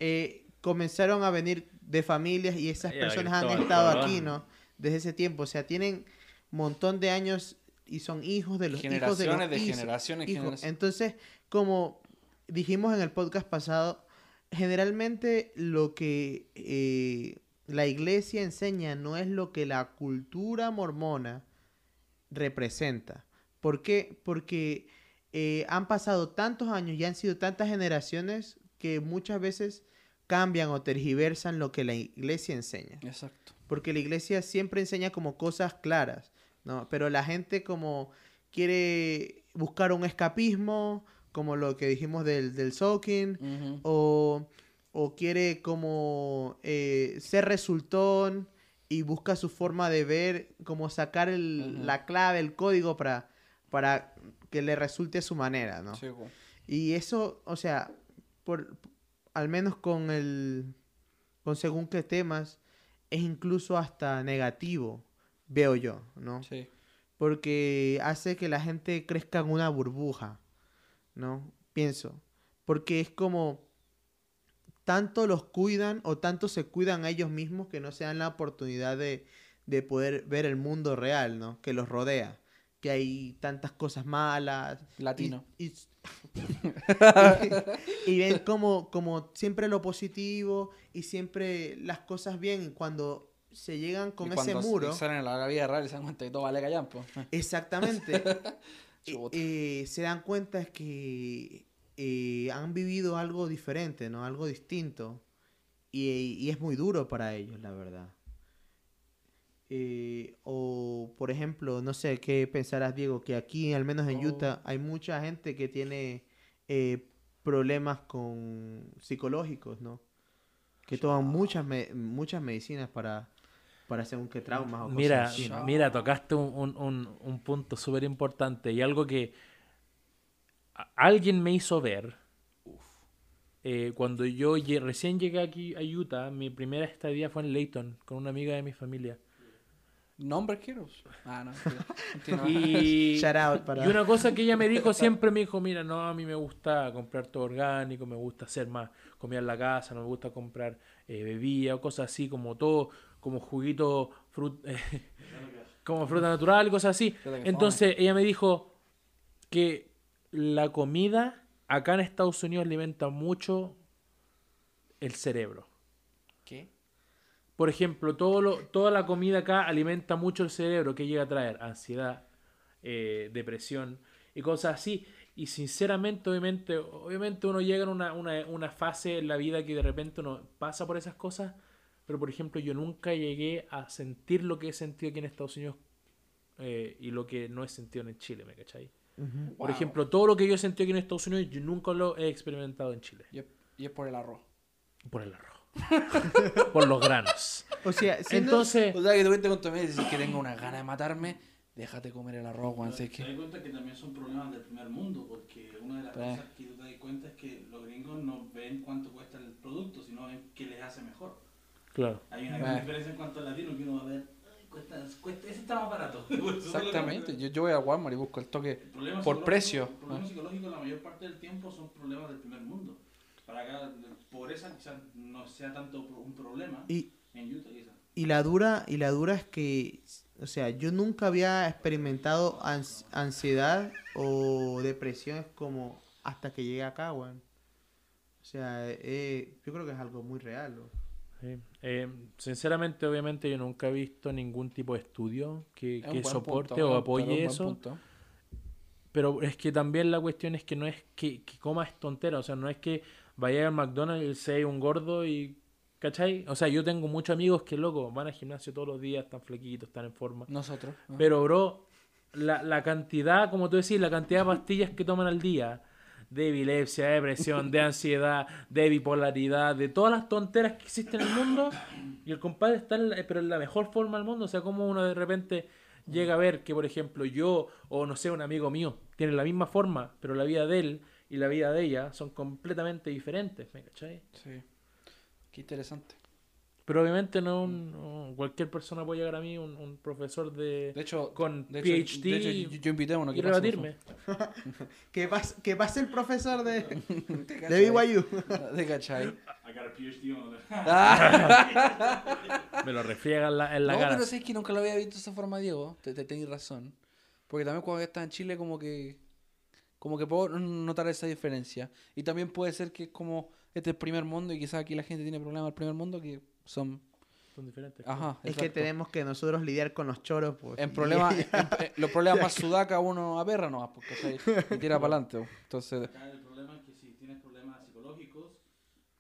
Speaker 1: Eh, comenzaron a venir de familias y esas
Speaker 2: Ay,
Speaker 1: personas han
Speaker 2: Cristóbal
Speaker 1: estado
Speaker 2: Colón.
Speaker 1: aquí, ¿no? Desde ese tiempo, o sea, tienen montón de años y son hijos de los hijos de los
Speaker 3: generaciones de,
Speaker 1: hijos-
Speaker 3: generación en
Speaker 1: hijo.
Speaker 3: generación.
Speaker 1: Entonces, como dijimos en el podcast pasado, generalmente lo que eh, la iglesia enseña no es lo que la cultura mormona representa. ¿Por qué? Porque eh, han pasado tantos años y han sido tantas generaciones que muchas veces cambian o tergiversan lo que la iglesia enseña
Speaker 3: Exacto.
Speaker 1: porque la iglesia siempre enseña como cosas claras, ¿no? Pero la gente como quiere buscar un escapismo, como lo que dijimos del, del soaking,
Speaker 3: Ujú.
Speaker 1: o, o quiere como eh, ser resultón y busca su forma de ver, como sacar el-
Speaker 3: Ujú.
Speaker 1: la clave, el código para, para que le resulte a su manera, ¿no?
Speaker 3: Sí, güey.
Speaker 1: Y eso, o sea, por al menos con el con según qué temas es incluso hasta negativo, veo yo, ¿no?
Speaker 3: Sí.
Speaker 1: Porque hace que la gente crezca en una burbuja, ¿no? Pienso, porque es como tanto los cuidan o tanto se cuidan a ellos mismos que no se dan la oportunidad de, de poder ver el mundo real, ¿no? Que los rodea, que hay tantas cosas malas,
Speaker 3: Latino.
Speaker 1: y, y- y ven como, como siempre lo positivo y siempre las cosas bien. Y cuando se llegan con
Speaker 3: Y
Speaker 1: ese
Speaker 3: cuando s-
Speaker 1: muro,
Speaker 3: Salen a la vida real y se dan cuenta que todo vale callan, pues.
Speaker 1: exactamente,
Speaker 3: Chuta.
Speaker 1: eh, se dan cuenta es que eh, han vivido algo diferente, ¿no? Algo distinto. Y, y es muy duro para ellos, la verdad. Eh, o, por ejemplo, no sé qué pensarás, Diego, que aquí, al menos en
Speaker 3: Oh.
Speaker 1: Utah, hay mucha gente que tiene eh, problemas con psicológicos, ¿no? Que toman muchas me- muchas medicinas para, para según qué traumas o cosas
Speaker 2: Mira,
Speaker 1: así, ¿no?
Speaker 2: mira, tocaste un, un- un- un punto súper importante y algo que a- alguien me hizo ver eh, cuando yo lle- recién llegué aquí a Utah, mi primera estadía fue en Layton con una amiga de mi familia.
Speaker 3: Number Heroes. Ah, no. mentira. Continúa.
Speaker 2: Y,
Speaker 1: Shout out para-
Speaker 2: y una cosa que ella me dijo siempre, me dijo, mira, no, a mí me gusta comprar todo orgánico, me gusta hacer más comida en la casa, no me gusta comprar eh, bebida o cosas así, como todo, como juguito, frut- como fruta natural, y cosas así.
Speaker 3: Puta que
Speaker 2: Entonces ella me dijo que la comida acá en Estados Unidos alimenta mucho el cerebro.
Speaker 3: ¿Qué?
Speaker 2: Por ejemplo, todo lo- toda la comida acá alimenta mucho el cerebro. que llega a traer? Ansiedad, eh, depresión y cosas así. Y sinceramente, obviamente, obviamente uno llega en una, una- una fase en la vida que de repente uno pasa por esas cosas. Pero, por ejemplo, yo nunca llegué a sentir lo que he sentido aquí en Estados Unidos eh, y lo que no he sentido en Chile, ¿me cachai?
Speaker 1: Ujú.
Speaker 2: Por
Speaker 3: Wow.
Speaker 2: ejemplo, todo lo que yo he sentido aquí en Estados Unidos, yo nunca lo he experimentado en Chile.
Speaker 3: Y es, y es por el arroz.
Speaker 2: Por el arroz. por los granos.
Speaker 1: O sea, siendo-
Speaker 2: Entonces...
Speaker 3: O sea, que tuviste con tu amigo y dices que tengo una gana de matarme. Déjate comer el arroz, Juan. sé
Speaker 4: Te das
Speaker 3: que...
Speaker 4: cuenta que también son problemas del primer mundo, porque una de las
Speaker 3: Eh.
Speaker 4: cosas que tú te das cuenta es que los gringos no ven cuánto cuesta el producto, sino ven qué les hace mejor.
Speaker 2: Claro.
Speaker 4: Hay una gran
Speaker 3: Eh.
Speaker 4: diferencia en cuanto al latino, que uno va a ver, "Ay, cuesta, cuesta, ese está más barato.
Speaker 3: Exactamente. Yo, yo voy a Walmart y busco el toque.
Speaker 4: El problema
Speaker 3: Por
Speaker 4: psicológico-
Speaker 3: precio,
Speaker 4: El problema
Speaker 3: ¿no?
Speaker 4: psicológico la mayor parte del tiempo son problemas del primer mundo. Para acá, pobreza quizás no sea tanto pro- un problema.
Speaker 1: y,
Speaker 4: En Utah quizás.
Speaker 1: y la dura, y la dura es que, o sea, yo nunca había experimentado ans- ansiedad o depresión como hasta que llegué acá, weón. O sea, eh, yo creo que es algo muy real. weón.
Speaker 2: Sí. Eh, sinceramente, obviamente, yo nunca he visto ningún tipo de estudio que,
Speaker 3: Es un
Speaker 2: que
Speaker 3: buen
Speaker 2: soporte
Speaker 3: punto,
Speaker 2: o
Speaker 3: es un-
Speaker 2: apoye
Speaker 3: es un
Speaker 2: eso.
Speaker 3: buen punto.
Speaker 2: Pero es que también la cuestión es que no es que, que comas tontera. O sea, no es que vaya al McDonald's y seas un gordo y... ¿Cachai? O sea, yo tengo muchos amigos que, loco, van al gimnasio todos los días, están flequitos, están en forma.
Speaker 3: Nosotros. ¿no?
Speaker 2: Pero, bro, la, la cantidad, como tú decís, la cantidad de pastillas que toman al día, de epilepsia, de depresión, de ansiedad, de bipolaridad, de todas las tonteras que existen en el mundo, y el compadre está en la- pero en la mejor forma del mundo. O sea, como uno de repente llega a ver que, por ejemplo, yo o no sé, un amigo mío tiene la misma forma, pero la vida de él y la vida de ella son completamente diferentes, ¿me cachai?
Speaker 3: Sí. Qué interesante.
Speaker 2: Pero obviamente no, un- no- cualquier persona puede llegar a mí, un, un profesor de...
Speaker 3: De hecho,
Speaker 2: Con
Speaker 3: de
Speaker 2: PhD
Speaker 3: hecho, de hecho, yo, yo invité a uno que
Speaker 2: y
Speaker 3: pase,
Speaker 2: rebatirme.
Speaker 1: ¿Qué pasa, qué pasa el profesor de,
Speaker 3: por favor.
Speaker 1: de BYU?
Speaker 3: ¿Te cachai? Ah.
Speaker 4: I got a PhD on that.
Speaker 2: Me lo refriega en la, en la
Speaker 3: no,
Speaker 2: cara.
Speaker 3: pero sí, es que nunca lo había visto de esa forma, Diego. Te, te tenés razón. Porque también cuando estás en Chile, como que. Como que puedo notar esa diferencia. Y también puede ser que es como. Este es el primer mundo y quizás aquí la gente tiene problemas del primer mundo que son.
Speaker 2: Son diferentes.
Speaker 3: Ajá.
Speaker 1: Es que
Speaker 3: exacto.
Speaker 1: tenemos que nosotros lidiar con los choros. Pues,
Speaker 3: En
Speaker 1: y-
Speaker 3: problemas, en- en- los problemas más sudaca uno aperra nomás, porque ¿cachai? y tira para adelante. Entonces,
Speaker 4: Acá el problema es que si tienes problemas psicológicos,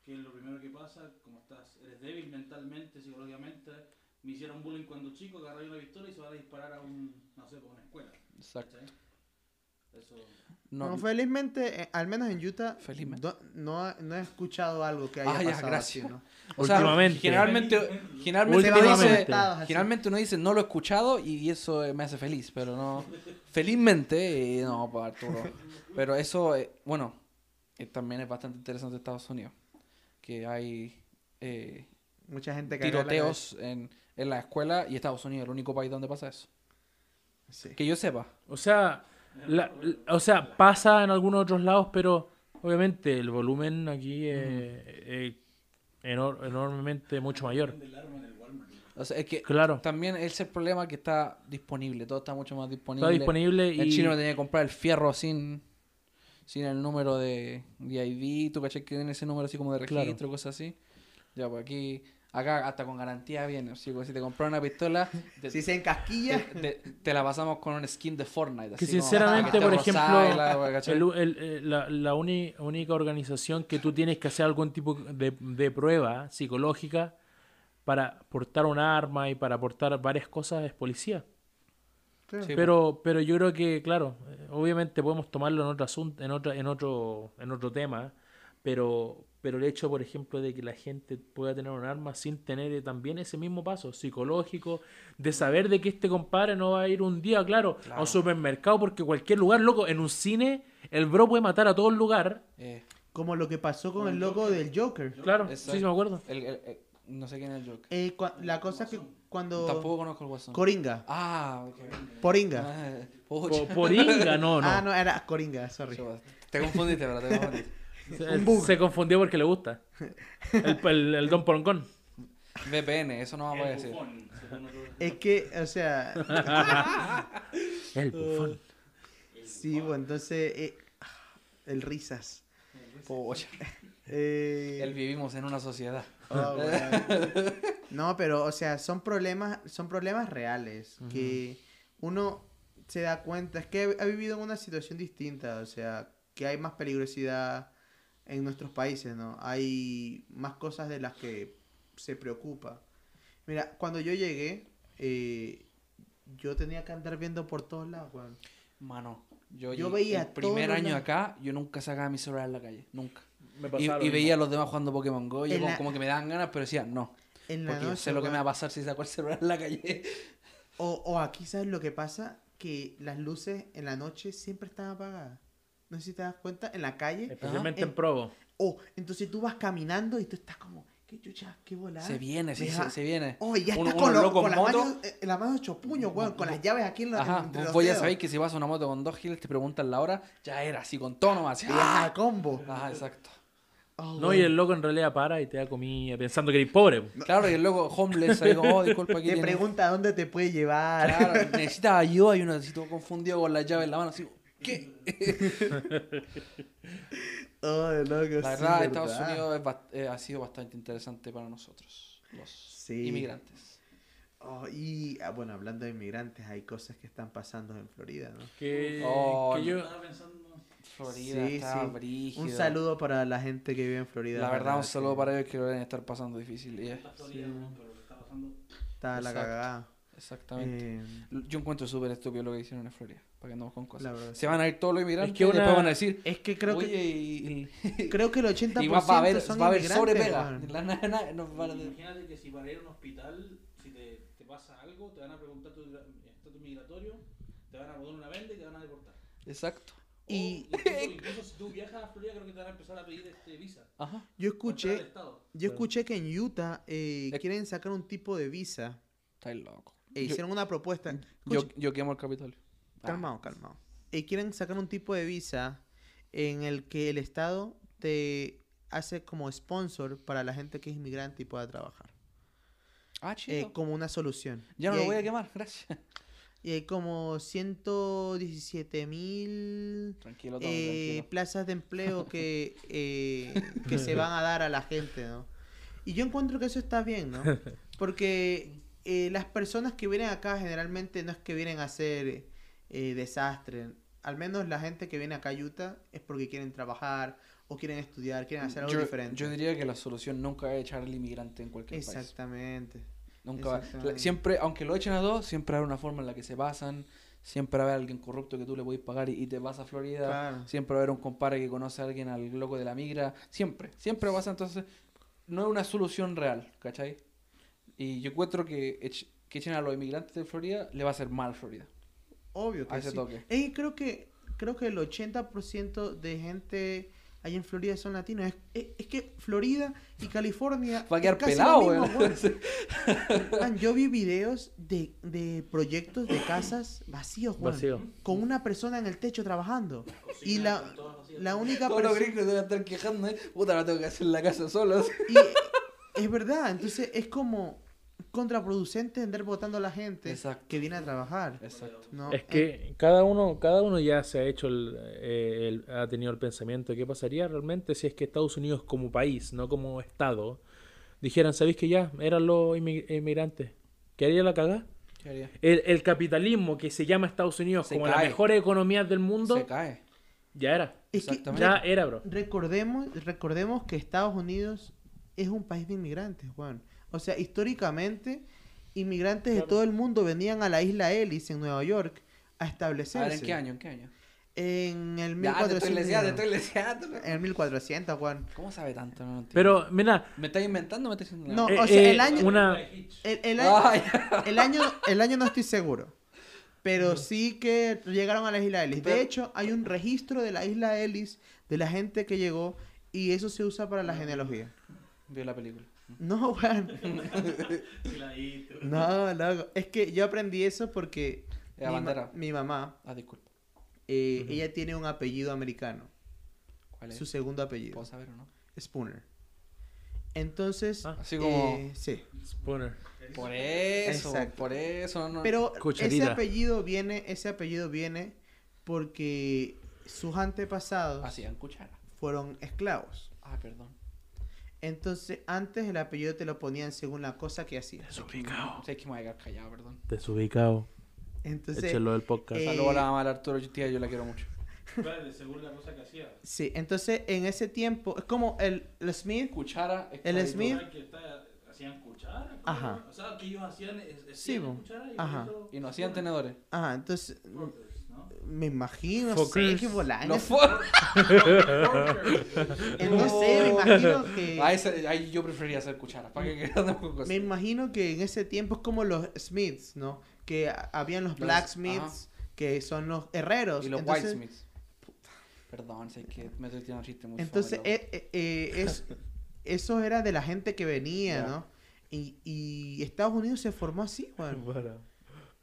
Speaker 4: que es lo primero que pasa, como estás, eres débil mentalmente, psicológicamente, me hicieron bullying cuando chico, agarré una pistola y se van a disparar a un, no sé, pues una escuela.
Speaker 3: exacto.
Speaker 4: ¿cachai? Eso.
Speaker 1: No,
Speaker 3: No,
Speaker 1: felizmente, eh, al menos en Utah,
Speaker 3: Felizmente.
Speaker 1: do- No, no he escuchado algo que haya
Speaker 3: Ah, ya,
Speaker 1: pasado
Speaker 3: gracias.
Speaker 1: así, ¿no?
Speaker 3: o sea,
Speaker 2: Últimamente.
Speaker 3: generalmente, generalmente, uno
Speaker 1: Últimamente.
Speaker 3: dice, generalmente uno dice no lo he escuchado y eso eh, me hace feliz, pero no. Felizmente, eh, no, pues, Arturo. Pero eso, eh, bueno, eh, también es bastante interesante en Estados Unidos. Que hay eh,
Speaker 1: Mucha gente que
Speaker 3: tiroteos en, en la escuela y Estados Unidos es el único país donde pasa eso.
Speaker 1: Sí.
Speaker 3: Que yo sepa.
Speaker 2: O sea, la- la- o sea, pasa en algunos otros lados, pero obviamente el volumen aquí es, es enor- enormemente mucho mayor.
Speaker 4: Del arma en el Walmart.
Speaker 3: O sea, es que
Speaker 2: Claro.
Speaker 3: también ese es el problema que está disponible, todo está mucho más disponible.
Speaker 2: Está disponible
Speaker 3: En
Speaker 2: y
Speaker 3: Chile uno tenía que comprar el fierro sin, sin el número de, de ID, tú caché que tiene ese número así como de
Speaker 2: Claro.
Speaker 3: registro, cosas así. Ya, pues aquí, acá hasta con garantía viene, así como si te compras una pistola, te,
Speaker 1: Si se encasquilla,
Speaker 3: te- te- te la pasamos con un skin de Fortnite.
Speaker 2: Que
Speaker 3: así como ah,
Speaker 2: sinceramente,
Speaker 3: que esté
Speaker 2: por
Speaker 3: rosada
Speaker 2: ejemplo,
Speaker 3: y la wea, ¿cachai?
Speaker 2: el u- el- eh, la, la uni- única organización que tú tienes que hacer algún tipo de, de prueba psicológica para portar un arma y para portar varias cosas es policía.
Speaker 1: claro,
Speaker 3: Sí,
Speaker 2: Pero, pero yo creo que, claro, eh, obviamente podemos tomarlo en otro asunto, en otra, en otro, en otro tema, pero, pero el hecho, por ejemplo, de que la gente pueda tener un arma sin tener eh, también ese mismo paso psicológico, de saber de que este compadre no va a ir un día, claro, a un supermercado, porque cualquier lugar, loco, en un cine, el bro puede matar a todo el lugar.
Speaker 3: Eh,
Speaker 1: como lo que pasó con el logo del Joker.
Speaker 2: Claro, sí,
Speaker 3: Exacto.
Speaker 2: sí, me acuerdo.
Speaker 3: el- el- el- No sé quién es el Joker.
Speaker 1: Eh, cua- la cosa es que cuando...
Speaker 3: Tampoco conozco el Guasón.
Speaker 1: Coringa.
Speaker 3: Ah, ok.
Speaker 1: Poringa.
Speaker 3: Ah,
Speaker 2: Po-
Speaker 3: pucha.
Speaker 2: Poringa, no, no.
Speaker 1: Ah, no, era Coringa, sorry.
Speaker 3: Te confundiste, ¿verdad? Te confundiste.
Speaker 2: Se,
Speaker 1: un bug.
Speaker 2: se confundió porque le gusta. El, el- el Don Porongón.
Speaker 3: VPN, eso no vamos a
Speaker 4: El
Speaker 3: decir.
Speaker 4: bufón, según otros-
Speaker 1: Es que, o sea, Eh,
Speaker 2: El bufón.
Speaker 1: sí, bueno, entonces... eh, el risas.
Speaker 3: Pucha.
Speaker 1: Eh,
Speaker 3: El vivimos en una sociedad.
Speaker 1: Ah, bueno. No, pero, o sea, son problemas, son problemas reales que uno se da cuenta. Es que ha ha vivido en una situación distinta, o sea, que hay más peligrosidad en nuestros países, ¿no? Hay más cosas de las que se preocupa. Mira, cuando yo llegué, eh, yo tenía que andar viendo por todos lados, weón.
Speaker 3: Mano, yo,
Speaker 1: Yo
Speaker 3: llegué-
Speaker 1: veía
Speaker 3: el primer
Speaker 1: todo
Speaker 3: año
Speaker 1: la-
Speaker 3: acá, yo nunca sacaba mi celular en la calle, nunca.
Speaker 2: Me
Speaker 3: Y,
Speaker 2: pasaba lo
Speaker 3: y
Speaker 2: mismo.
Speaker 3: veía a los demás jugando Pokémon Go y yo
Speaker 1: En
Speaker 3: como,
Speaker 1: la-
Speaker 3: como que me daban ganas, pero decía, no,
Speaker 1: En la
Speaker 3: porque
Speaker 1: noche,
Speaker 3: sé lo que
Speaker 1: weón.
Speaker 3: me va a pasar si saco el celular en la calle.
Speaker 1: O, o aquí, ¿sabes lo que pasa? Que las luces en la noche siempre están apagadas. No sé si te das cuenta, en la calle.
Speaker 2: Especialmente
Speaker 1: Ah,
Speaker 2: en
Speaker 1: eh.
Speaker 2: Provo.
Speaker 1: O entonces tú vas caminando y tú estás como, qué chucha, qué volada.
Speaker 3: Se viene, sí,
Speaker 1: Deja-
Speaker 3: se, se viene.
Speaker 1: Oh, y ya
Speaker 3: Uno-
Speaker 1: estás
Speaker 3: uno
Speaker 1: con, lo-
Speaker 3: loco en
Speaker 1: con las
Speaker 3: moto.
Speaker 1: manos, eh, las manos ocho puños, weón, con las llaves aquí en la
Speaker 3: Ajá,
Speaker 1: entre
Speaker 3: vos,
Speaker 1: los
Speaker 3: vos ya
Speaker 1: dedos.
Speaker 3: sabéis que si vas a una moto con dos giles te preguntan la hora, ya era así con tono, así.
Speaker 1: Viaja a Ah, combo.
Speaker 3: Ajá, exacto.
Speaker 1: Oh,
Speaker 2: No,
Speaker 1: weón.
Speaker 2: y el loco en realidad para y te da comida pensando que eres pobre. po.
Speaker 3: Claro, y luego homeless, ahí como, oh, disculpa, aquí
Speaker 1: Te
Speaker 3: tiene-
Speaker 1: pregunta dónde te puede llevar.
Speaker 3: Claro, necesita ayuda y uno así todo confundido con la llave en la mano, así, ¿qué?
Speaker 1: Oh, loco,
Speaker 3: La
Speaker 1: sí,
Speaker 3: verdad, Estados Unidos es bast- eh, ha sido bastante interesante para nosotros, los
Speaker 1: Sí.
Speaker 3: inmigrantes.
Speaker 1: Oh, y ah, bueno, hablando de inmigrantes, hay cosas que están pasando en Florida, ¿no?
Speaker 2: Que,
Speaker 3: Oh,
Speaker 2: que yo...
Speaker 4: Estaba pensando.
Speaker 3: Florida
Speaker 1: Sí,
Speaker 3: está
Speaker 1: sí.
Speaker 3: brígido.
Speaker 1: Un saludo para la gente que vive en Florida.
Speaker 3: La verdad, un
Speaker 1: que
Speaker 3: saludo para ellos que lo deben estar pasando difícil. y es-
Speaker 4: Está Florida, ¿no? pero lo que está pasando.
Speaker 1: Está la
Speaker 3: Exacto.
Speaker 1: cagada.
Speaker 3: Exactamente.
Speaker 1: Eh,
Speaker 3: Yo encuentro súper estúpido lo que hicieron en Florida, para que andamos con
Speaker 1: La
Speaker 3: cosas.
Speaker 1: verdad,
Speaker 3: Se van a ir todos los inmigrantes
Speaker 2: Es que
Speaker 3: y después
Speaker 2: una-
Speaker 3: van a decir,
Speaker 1: es que creo
Speaker 3: oye,
Speaker 1: que
Speaker 3: y, y-
Speaker 1: creo que el 80%
Speaker 3: y va, va a haber,
Speaker 1: son
Speaker 3: va a haber
Speaker 1: inmigrantes,
Speaker 3: sobrepega.
Speaker 1: weón.
Speaker 3: La nana nos van a-
Speaker 4: Imagínate que si para ir a un hospital, si te, te pasa algo, te van a preguntar tu gra- estatus migratorio, te van a poner una venda y te van a deportar.
Speaker 3: Exacto.
Speaker 4: O
Speaker 1: Y-
Speaker 4: incluso, incluso si tú viajas a Florida, creo que te van a empezar a pedir este visa.
Speaker 3: Ajá.
Speaker 1: Yo
Speaker 4: para entrar
Speaker 1: escuché,
Speaker 4: al estado.
Speaker 1: yo escuché que en Utah eh,
Speaker 3: Es-
Speaker 1: quieren sacar un tipo de visa
Speaker 3: Estáis loco.
Speaker 1: e
Speaker 3: Yo,
Speaker 1: hicieron una propuesta.
Speaker 3: yo,
Speaker 1: Escucha,
Speaker 3: yo quemo el Capitolio. Ah,
Speaker 1: calmado, calmado. Eh, quieren sacar un tipo de visa en el que el Estado te hace como sponsor para la gente que es inmigrante y pueda trabajar.
Speaker 3: Ah,
Speaker 1: Eh,
Speaker 3: chido.
Speaker 1: como una solución.
Speaker 3: ya no
Speaker 1: Y
Speaker 3: lo
Speaker 1: hay-
Speaker 3: voy a quemar, gracias.
Speaker 1: Y hay como 117 mil eh,
Speaker 3: Tranquilo, Tommy, tranquilo.
Speaker 1: plazas de empleo que, eh, que se van a dar a la gente, ¿no? Y yo encuentro que eso está bien, ¿no? Porque eh, las personas que vienen acá generalmente no es que vienen a hacer eh, desastre. Al menos la gente que viene acá a Utah es porque quieren trabajar o quieren estudiar, quieren hacer algo
Speaker 3: yo,
Speaker 1: diferente.
Speaker 3: yo diría que la solución nunca es echar al inmigrante en cualquier país.
Speaker 1: Exactamente.
Speaker 3: Nunca va-
Speaker 1: Exactamente.
Speaker 3: Siempre, aunque lo echen a dos, siempre habrá una forma en la que se pasan. Siempre habrá alguien corrupto que tú le podés pagar y, y te vas a Florida.
Speaker 1: Claro.
Speaker 3: Siempre va a haber un compadre que conoce a alguien al loco de la migra. Siempre, siempre pasa. Entonces, no es una solución real, ¿cachai? Y yo encuentro que, ech- que echen a los inmigrantes de Florida le va a hacer mal a Florida.
Speaker 1: Obvio
Speaker 3: A
Speaker 1: que
Speaker 3: ese
Speaker 1: sí.
Speaker 3: toque.
Speaker 1: Ey, creo que creo que el 80% de gente allá en Florida son latinos. Es, es- es que Florida y California
Speaker 3: Va a quedar
Speaker 1: es casi lo
Speaker 3: pelado,
Speaker 1: mismo,
Speaker 3: weón.
Speaker 1: weón. Man, yo vi videos de, de proyectos de casas vacíos, weón,
Speaker 2: Vacío.
Speaker 1: con una persona en el techo trabajando. Y
Speaker 4: Cocinas
Speaker 1: la,
Speaker 4: con todas vacías.
Speaker 1: la única
Speaker 3: Todos los
Speaker 1: persona...
Speaker 3: gringos se van a estar quejando, ¿eh? Puta, la tengo que hacer en la casa solo.
Speaker 1: Y es verdad, entonces es como contraproducente andar votando a la gente
Speaker 3: Exacto.
Speaker 1: que viene a trabajar.
Speaker 3: Exacto.
Speaker 1: ¿no?
Speaker 2: Es que cada uno, cada uno ya se ha hecho el, eh, el- ha tenido el pensamiento de qué pasaría realmente si es que Estados Unidos como país, no como estado, dijeran, ¿sabéis que ya eran los inmi- inmigrantes? ¿Qué haría la cagada?
Speaker 3: ¿Qué haría?
Speaker 2: El, el capitalismo que se llama Estados Unidos
Speaker 3: Se
Speaker 2: como
Speaker 3: cae.
Speaker 2: las mejores economías del mundo,
Speaker 3: Se cae.
Speaker 2: ya era.
Speaker 1: Es que
Speaker 3: Exactamente.
Speaker 2: Ya era, bro.
Speaker 1: Recordemos, recordemos que Estados Unidos es un país de inmigrantes, Juan. O sea, históricamente, inmigrantes de todo el mundo venían a la isla Ellis en Nueva York a
Speaker 3: A
Speaker 1: establecerse.
Speaker 3: ver, ¿en qué año? ¿En qué año?
Speaker 1: En el
Speaker 3: Ya, te estoy
Speaker 1: 1400.
Speaker 3: leseando, te estoy leseando.
Speaker 1: En el 1400, Juan.
Speaker 3: ¿Cómo sabe tanto? No, lo entiendo.
Speaker 2: Pero, mira,
Speaker 3: ¿Me estás inventando o me estás diciendo ah,
Speaker 1: No,
Speaker 2: eh,
Speaker 1: o sea,
Speaker 2: eh,
Speaker 1: el año-
Speaker 2: una...
Speaker 1: El, el año,
Speaker 3: Ay,
Speaker 1: el, año, el año no estoy seguro. Pero sí que llegaron a la isla Ellis.
Speaker 3: Pero-
Speaker 1: De hecho, hay un registro de la isla Ellis de la gente que llegó y eso se usa para la genealogía.
Speaker 3: Vio la película.
Speaker 1: No, weón.
Speaker 4: Sí, la diste, weón.
Speaker 1: No, loco. Es que yo aprendí eso porque
Speaker 3: La
Speaker 1: mi, ma-
Speaker 3: bandera.
Speaker 1: mi mamá,
Speaker 3: Ah, disculpa.
Speaker 1: eh, ella tiene un apellido americano.
Speaker 3: ¿Cuál es?
Speaker 1: Su segundo apellido.
Speaker 3: ¿Puedo saber o no?
Speaker 1: Spooner. Entonces.
Speaker 2: Ah.
Speaker 3: Así como-
Speaker 1: eh, sí.
Speaker 2: Spooner.
Speaker 3: Por eso,
Speaker 1: Exacto.
Speaker 3: por eso. No, no.
Speaker 1: Pero ese
Speaker 2: Cucharita.
Speaker 1: apellido viene, ese apellido viene porque sus antepasados
Speaker 3: Hacían cuchara.
Speaker 1: fueron esclavos.
Speaker 3: Ah, perdón.
Speaker 1: Entonces, antes el apellido te lo ponían según la cosa que hacías.
Speaker 2: Desubicado.
Speaker 3: Sé que me voy a quedar callado, perdón.
Speaker 2: Desubicado.
Speaker 1: Entonces,
Speaker 2: Échelo del podcast.
Speaker 1: Eh,
Speaker 3: Saludos a la mamá de Arturo, yo, tía, yo la quiero mucho.
Speaker 4: Espérate, según la cosa que hacía.
Speaker 1: sí, entonces en ese tiempo, es como el, el Smith,
Speaker 3: Cuchara,
Speaker 1: El
Speaker 3: esclavitud.
Speaker 1: Smith.
Speaker 4: Que está- hacían cuchara.
Speaker 1: Ajá.
Speaker 4: O sea, que ellos hacían es, es-
Speaker 1: Sí,
Speaker 4: hacían
Speaker 1: bo.
Speaker 4: cuchara y
Speaker 1: Ajá.
Speaker 4: eso-
Speaker 3: Y no hacían tenedores.
Speaker 1: ajá, entonces
Speaker 4: Forkers, ¿no?
Speaker 1: me imagino, sé
Speaker 2: Fuckers.
Speaker 1: que volar,
Speaker 3: Los
Speaker 1: no,
Speaker 3: for...
Speaker 1: Eh, sé, me imagino que
Speaker 3: Ahí, se- Ah, ahí yo preferiría hacer cuchara. ¿Para qué quedamos con cosas?
Speaker 1: Me imagino que en ese tiempo es como los Smiths, ¿no? Que a- habían los
Speaker 3: Los-
Speaker 1: blacksmiths, que son los herreros.
Speaker 3: Y los
Speaker 1: entonces,
Speaker 3: Whitesmiths. Puta. Perdón, sé que me estoy tirando chistes muy fome,
Speaker 1: Entonces,
Speaker 3: loco.
Speaker 1: eh, eh, eh, es, eso era de la gente que venía,
Speaker 3: Ya.
Speaker 1: ¿no? Y, y Estados Unidos se formó así, Juan.
Speaker 2: Para.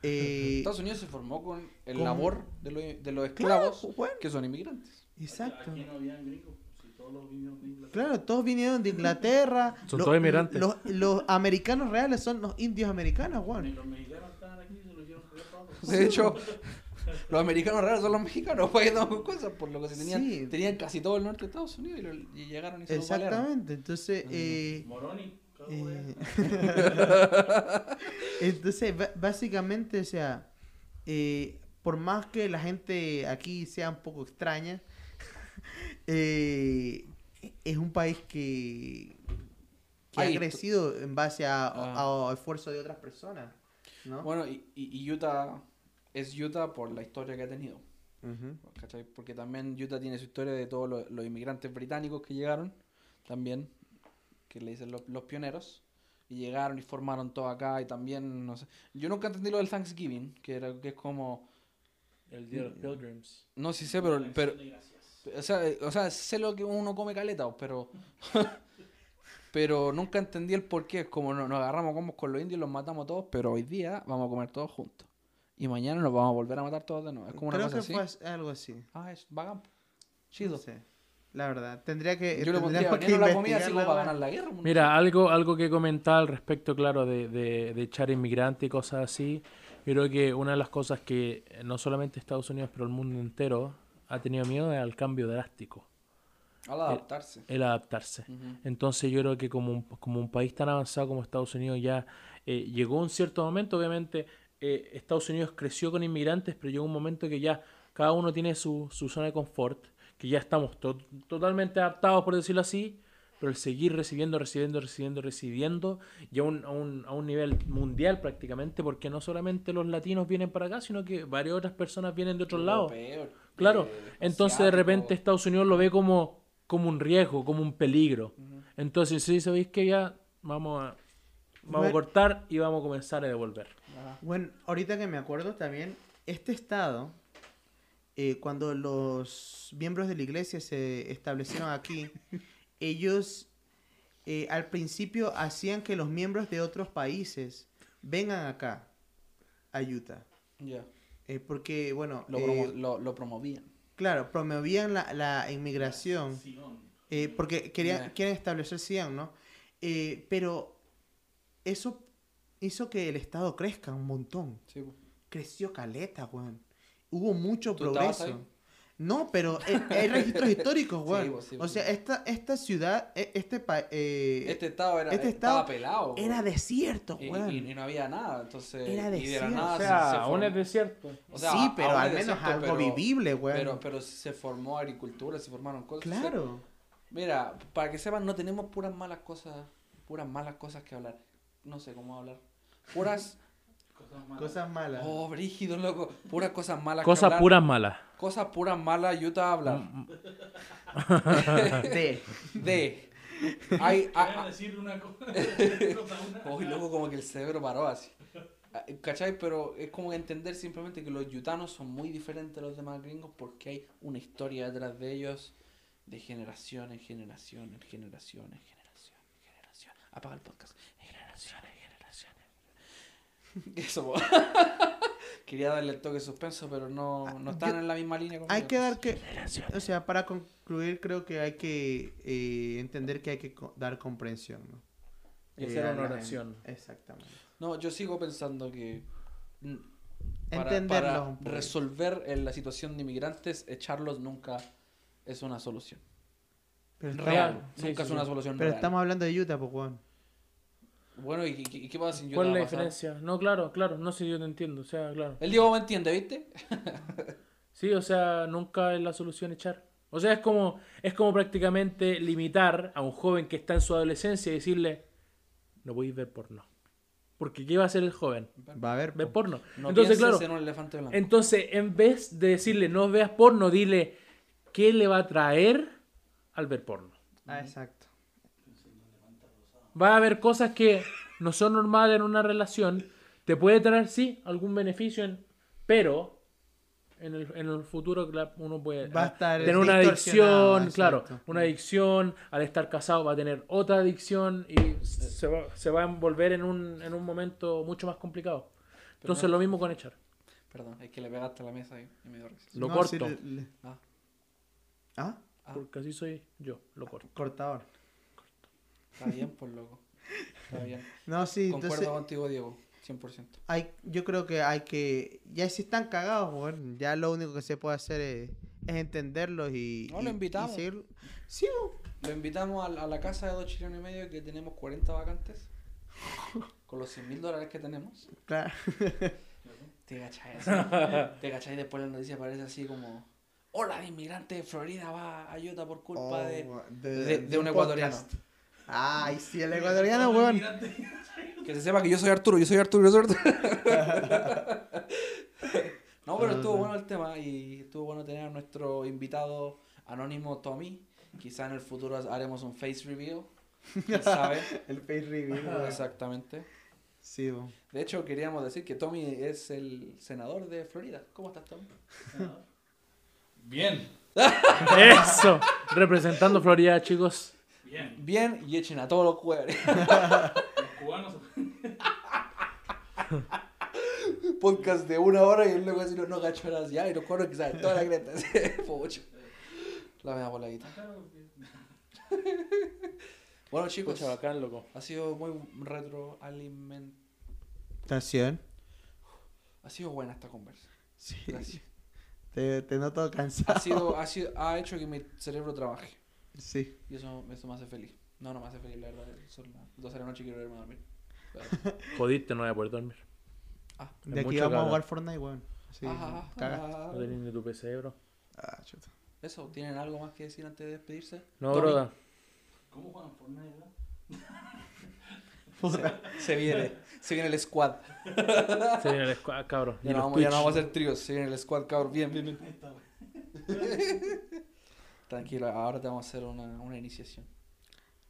Speaker 1: Eh,
Speaker 3: Estados Unidos se formó con el
Speaker 1: con-
Speaker 3: labor de, lo- de los
Speaker 1: claro, pues,
Speaker 3: esclavos
Speaker 1: bueno,
Speaker 3: que son inmigrantes.
Speaker 1: exacto.
Speaker 4: Aquí no habían gringos. Si todos los vinieron de Inglaterra.
Speaker 1: Claro, todos vinieron de Inglaterra.
Speaker 2: Son
Speaker 1: Lo-
Speaker 2: todos inmigrantes.
Speaker 1: Los, los americanos reales son los indios americanos,
Speaker 4: Ni
Speaker 1: Juan.
Speaker 4: los mexicanos estaban aquí se los hicieron cagar todos.
Speaker 3: De hecho, los americanos raros son los mexicanos, pues no, con cosas, por lo que se tenían,
Speaker 1: Sí.
Speaker 3: tenían casi todo el norte de Estados Unidos y, lo- y llegaron y se lo balearon.
Speaker 1: Exactamente. Entonces,
Speaker 3: Mm.
Speaker 1: eh,
Speaker 4: Moroni. cago
Speaker 1: Eh,
Speaker 4: en-
Speaker 1: Entonces, ba- básicamente, o sea, eh, por más que la gente aquí sea un poco extraña, eh, es un país que, que
Speaker 3: Ay,
Speaker 1: ha
Speaker 3: tú-
Speaker 1: crecido en base a,
Speaker 3: Ah.
Speaker 1: a- a esfuerzo de otras personas, ¿no?
Speaker 3: Bueno, y, y- y Utah es Utah por la historia que ha tenido.
Speaker 1: Ujú.
Speaker 3: ¿cachai? Porque también Utah tiene su historia de todos los, los inmigrantes británicos que llegaron, también, que le dicen los, los pioneros, y llegaron y formaron todo acá, y también, no sé. Yo nunca entendí lo del Thanksgiving, que, era, que es como,
Speaker 2: El día de los Pilgrims.
Speaker 3: no sí sé, pero,
Speaker 4: Acción
Speaker 3: pero
Speaker 4: de gracias.
Speaker 3: o, sea, eh, o sea, sé lo que uno come caleta, pero... Pero nunca entendí el por qué. Es como no- nos agarramos combos con los indios, los matamos todos, pero hoy día vamos a comer todos juntos. Y mañana nos vamos a volver a matar todos de nuevo. Es como
Speaker 1: Creo
Speaker 3: una cosa
Speaker 1: que
Speaker 3: así.
Speaker 1: fue as- algo así.
Speaker 3: Ah, es bacán.
Speaker 1: No
Speaker 3: Chido.
Speaker 1: sé. La verdad, tendría que.
Speaker 3: Yo le pondría
Speaker 1: tendríamos
Speaker 3: veneno a la comida
Speaker 1: investigar
Speaker 3: así
Speaker 1: la
Speaker 3: como para
Speaker 1: vaina.
Speaker 3: ganar la guerra. pues, ¿no?
Speaker 2: Mira, algo, algo que comentar al respecto, claro, de, de, de echar inmigrantes y cosas así. Yo creo que una de las cosas que eh, no solamente Estados Unidos, pero el mundo entero ha tenido miedo es al cambio drástico,
Speaker 3: Al adaptarse.
Speaker 2: el adaptarse.
Speaker 3: Ujú.
Speaker 2: Entonces yo creo que como un, como un país tan avanzado como Estados Unidos ya eh, llegó un cierto momento, obviamente eh, Estados Unidos creció con inmigrantes, pero llegó un momento que ya cada uno tiene su, su zona de confort, que ya estamos to- totalmente adaptados, por decirlo así, pero el seguir recibiendo, recibiendo, recibiendo, recibiendo, y a un, a un, a un nivel mundial prácticamente, porque no solamente los latinos vienen para acá, sino que varias otras personas vienen de otros lados.
Speaker 3: Europeo,
Speaker 2: Claro,
Speaker 3: eh,
Speaker 2: entonces de
Speaker 3: asiático.
Speaker 2: repente Estados Unidos lo ve como, como un riesgo, como un peligro. Entonces, si sabéis que ya vamos a, vamos
Speaker 1: Bueno.
Speaker 2: a cortar y vamos a comenzar a devolver.
Speaker 3: Ajá.
Speaker 1: Bueno, ahorita que me acuerdo también, este estado, eh, cuando los miembros de la iglesia se establecieron aquí, ellos eh, al principio hacían que los miembros de otros países vengan acá, a Utah.
Speaker 3: Ya.
Speaker 1: Eh, porque, bueno,
Speaker 3: Lo,
Speaker 1: eh,
Speaker 3: promo- lo, lo promovían.
Speaker 1: claro, promovían la, la inmigración.
Speaker 4: Sion.
Speaker 1: Eh, porque querían,
Speaker 3: Ya.
Speaker 1: quieren establecer Siam, ¿no? Eh, pero eso hizo que el Estado crezca un montón
Speaker 3: Sí, pues. po.
Speaker 1: creció caleta, weón. Hubo mucho
Speaker 3: ¿Tú estabas
Speaker 1: progreso.
Speaker 3: ahí?
Speaker 1: No, pero eh, hay registros históricos, weón.
Speaker 3: Sí, pues, sí,
Speaker 1: o
Speaker 3: pues,
Speaker 1: sea,
Speaker 3: sí.
Speaker 1: esta, esta ciudad, e- este país,
Speaker 3: Este estado era,
Speaker 1: este
Speaker 3: estaba
Speaker 1: estado
Speaker 3: pelado. po.
Speaker 1: era desierto,
Speaker 3: Y-
Speaker 1: weón.
Speaker 3: y, y no había nada. Entonces,
Speaker 1: Era
Speaker 3: y de la
Speaker 1: desierto,
Speaker 3: nada
Speaker 1: o
Speaker 3: se- Ah, se formó-
Speaker 2: desierto.
Speaker 3: o sea,
Speaker 1: sí,
Speaker 3: a-
Speaker 1: pero
Speaker 3: aún
Speaker 1: al
Speaker 3: es
Speaker 1: menos
Speaker 3: desierto,
Speaker 1: algo
Speaker 3: pero-
Speaker 1: vivible, weón.
Speaker 3: Pero, pero se formó agricultura, se formaron cosas. se-
Speaker 1: claro.
Speaker 3: Mira, para que sepan, no tenemos puras malas cosas, puras malas cosas que hablar. No sé cómo hablar. Puras,
Speaker 4: Cosas malas.
Speaker 1: Cosas malas.
Speaker 3: oh, brígido, loco. Puras cosas malas que
Speaker 2: Cosas
Speaker 3: hablar.
Speaker 2: puras malas.
Speaker 3: Cosas puras malas, Utah a hablar.
Speaker 1: De-
Speaker 3: De. Hay.
Speaker 4: Voy a
Speaker 3: a- a-
Speaker 4: decirle una cosa. una-
Speaker 3: ah. Uy, loco, como que el cerebro paró así. Ah, ¿Cachai? Pero es como entender simplemente que los yutanos son muy diferentes a los demás gringos porque hay una historia detrás de ellos de generación en generación en generación en generación en generación. Apaga el podcast. Generaciones, generaciones. Eso, po. Quería darle el toque de suspenso, pero no, no
Speaker 1: Ah,
Speaker 3: están
Speaker 1: yo-
Speaker 3: en la misma línea.
Speaker 1: Hay
Speaker 3: conmigo,
Speaker 1: que dar
Speaker 3: entonces.
Speaker 1: que... O sea, para concluir, creo que hay que eh, entender que hay que co- dar comprensión, ¿no?
Speaker 2: Y
Speaker 1: Eh,
Speaker 2: hacer
Speaker 1: a
Speaker 2: una
Speaker 1: la gente.
Speaker 2: oración.
Speaker 1: Exactamente.
Speaker 3: No, yo sigo pensando que. mm, Para,
Speaker 1: Entenderlos
Speaker 3: para
Speaker 1: un poco.
Speaker 3: resolver eh, la situación de inmigrantes, echarlos nunca es una solución.
Speaker 1: Pero, estamos,
Speaker 3: Real,
Speaker 2: Sí,
Speaker 3: nunca
Speaker 2: sí,
Speaker 3: es una
Speaker 2: sí.
Speaker 3: solución
Speaker 1: pero
Speaker 3: real.
Speaker 1: estamos hablando de Utah, pues, weón.
Speaker 3: Bueno, ¿y, y- y qué pasa si yo
Speaker 2: ¿Cuál es
Speaker 3: te
Speaker 2: la
Speaker 3: va a pasar?
Speaker 2: diferencia? No, claro, claro. No sé, yo te entiendo. O sea, claro.
Speaker 3: El Diego me entiende, ¿viste?
Speaker 2: Sí, o sea, nunca es la solución echar. O sea, es como, es como prácticamente limitar a un joven que está en su adolescencia y decirle, no podéis ver porno. Porque ¿qué va a hacer el joven?
Speaker 1: Va a haber...
Speaker 2: Ver
Speaker 1: po.
Speaker 2: porno.
Speaker 3: No
Speaker 2: Entonces,
Speaker 3: Entonces,
Speaker 2: claro,
Speaker 3: en un elefante blanco.
Speaker 2: entonces, en vez de decirle no veas porno, dile qué le va a traer al ver porno.
Speaker 1: Ah, exacto.
Speaker 2: Va a haber cosas que no son normales en una relación. Te puede traer, sí, algún beneficio, en- pero en el, en el futuro claro, uno puede
Speaker 1: Va a estar
Speaker 2: tener una
Speaker 1: distorsionado,
Speaker 2: adicción, claro,
Speaker 1: exacto.
Speaker 2: una adicción. Al estar casado va a tener otra adicción y se va, se va a envolver en un, en un momento mucho más complicado. Entonces, lo mismo con echar.
Speaker 3: Perdón, es que le pegaste a la mesa y, y me dio risa.
Speaker 2: Lo
Speaker 1: No,
Speaker 2: corto,
Speaker 1: sí, le- le-
Speaker 3: Ah.
Speaker 1: ¿Ah?
Speaker 3: Ah.
Speaker 2: porque así soy yo, lo corto.
Speaker 1: Cortador.
Speaker 3: Está bien, por loco. Está bien.
Speaker 1: No, sí,
Speaker 3: Concuerdo
Speaker 1: entonces...
Speaker 3: contigo, Diego. 100%.
Speaker 1: hay, yo creo que hay que. Ya si están cagados, weón, ya lo único que se puede hacer es, es entenderlos y.
Speaker 3: No, lo
Speaker 1: y- y
Speaker 3: invitamos.
Speaker 1: seguir- Sí, weón.
Speaker 3: Lo invitamos a, la- a la casa de dos chilenos y medio que tenemos 40 vacantes. Con los 100 mil dólares que tenemos.
Speaker 1: claro.
Speaker 3: Te cachai así. eh, Te cachai después la noticia aparece así como... Hola, inmigrante de Florida va a Utah por culpa
Speaker 1: Oh,
Speaker 3: de...
Speaker 1: weón,
Speaker 3: de- de un ecuatoriano.
Speaker 1: podcast. Ay, sí, el ecuatoriano, weón.
Speaker 3: Que se sepa que yo soy Arturo, yo soy Arturo, yo soy Arturo. no, pero estuvo bueno el tema y estuvo bueno tener a nuestro invitado anónimo Tommy. Quizá en el futuro haremos un face reveal. ¿Quién sabe?
Speaker 1: El face review.
Speaker 3: Exactamente.
Speaker 1: Sí, weón.
Speaker 3: De hecho, queríamos decir que Tommy es el senador de Florida. ¿Cómo estás, Tommy?
Speaker 4: Bien,
Speaker 2: Eso, representando Florida, chicos.
Speaker 4: bien.
Speaker 3: Bien, y echen a todos los cuernos.
Speaker 4: Los cubanos.
Speaker 3: Podcast de una hora y luego así no, no cacho nada. Ya, y los cuernos que saben toda la creta. así, Pucha. La mea voladita. Bueno, chicos.
Speaker 2: bacán, loco.
Speaker 3: Ha sido muy retroaliment...
Speaker 1: Estación.
Speaker 3: Ha sido buena esta conversa.
Speaker 1: Sí.
Speaker 3: Gracias.
Speaker 1: Te, te noto cansado.
Speaker 3: Ha, sido, ha, sido, ha hecho que mi cerebro trabaje.
Speaker 1: Sí.
Speaker 3: Y eso, eso me hace feliz. No, no me hace feliz, la verdad. Son las 12 de la noche y quiero irme a dormir. Pero-
Speaker 2: Jodiste, no voy a poder dormir.
Speaker 1: De
Speaker 2: Es
Speaker 1: aquí vamos
Speaker 2: mucho
Speaker 1: a
Speaker 2: cagar.
Speaker 1: jugar Fortnite, weón. Sí.
Speaker 3: Ajá,
Speaker 1: cagaste.
Speaker 3: ajá.
Speaker 2: No tenés ni tu PC, bro.
Speaker 1: Ah, chuta.
Speaker 3: Eso, ¿tienen algo más que decir antes de despedirse?
Speaker 2: No,
Speaker 3: Tommy,
Speaker 2: broda.
Speaker 4: ¿Cómo juegan Fortnite, verdad?
Speaker 3: Se viene, se viene el squad.
Speaker 2: Se viene el squad, cabrón. Y
Speaker 3: Ya no,
Speaker 2: los
Speaker 3: vamos, ya no
Speaker 2: Twitch.
Speaker 3: vamos a hacer tríos, se viene el squad, cabrón. Bien, bien, bien.
Speaker 4: Ahí está, güey.
Speaker 3: Tranquilo, ahora te vamos a hacer una, una iniciación.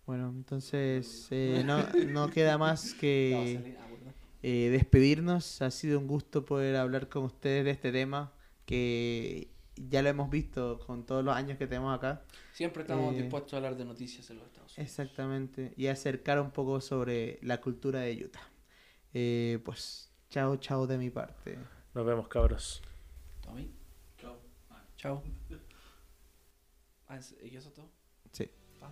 Speaker 1: Bueno, entonces eh, no, no queda más
Speaker 3: La
Speaker 1: que.
Speaker 3: vaselina, ¿verdad?
Speaker 1: eh, despedirnos. Ha sido un gusto poder hablar con ustedes de este tema que ya lo hemos visto con todos los años que tenemos acá.
Speaker 3: Siempre estamos
Speaker 1: Eh.
Speaker 3: dispuestos a hablar de noticias en los Estados Unidos.
Speaker 1: Exactamente. Y acercar un poco sobre la cultura de Utah. Eh, pues chao, chao de mi parte.
Speaker 2: Nos vemos, cabros.
Speaker 3: Tommy.
Speaker 4: Chao. Ah.
Speaker 3: Chao. Ah, ¿es- ¿Y eso todo?
Speaker 1: Sí.
Speaker 3: Bye.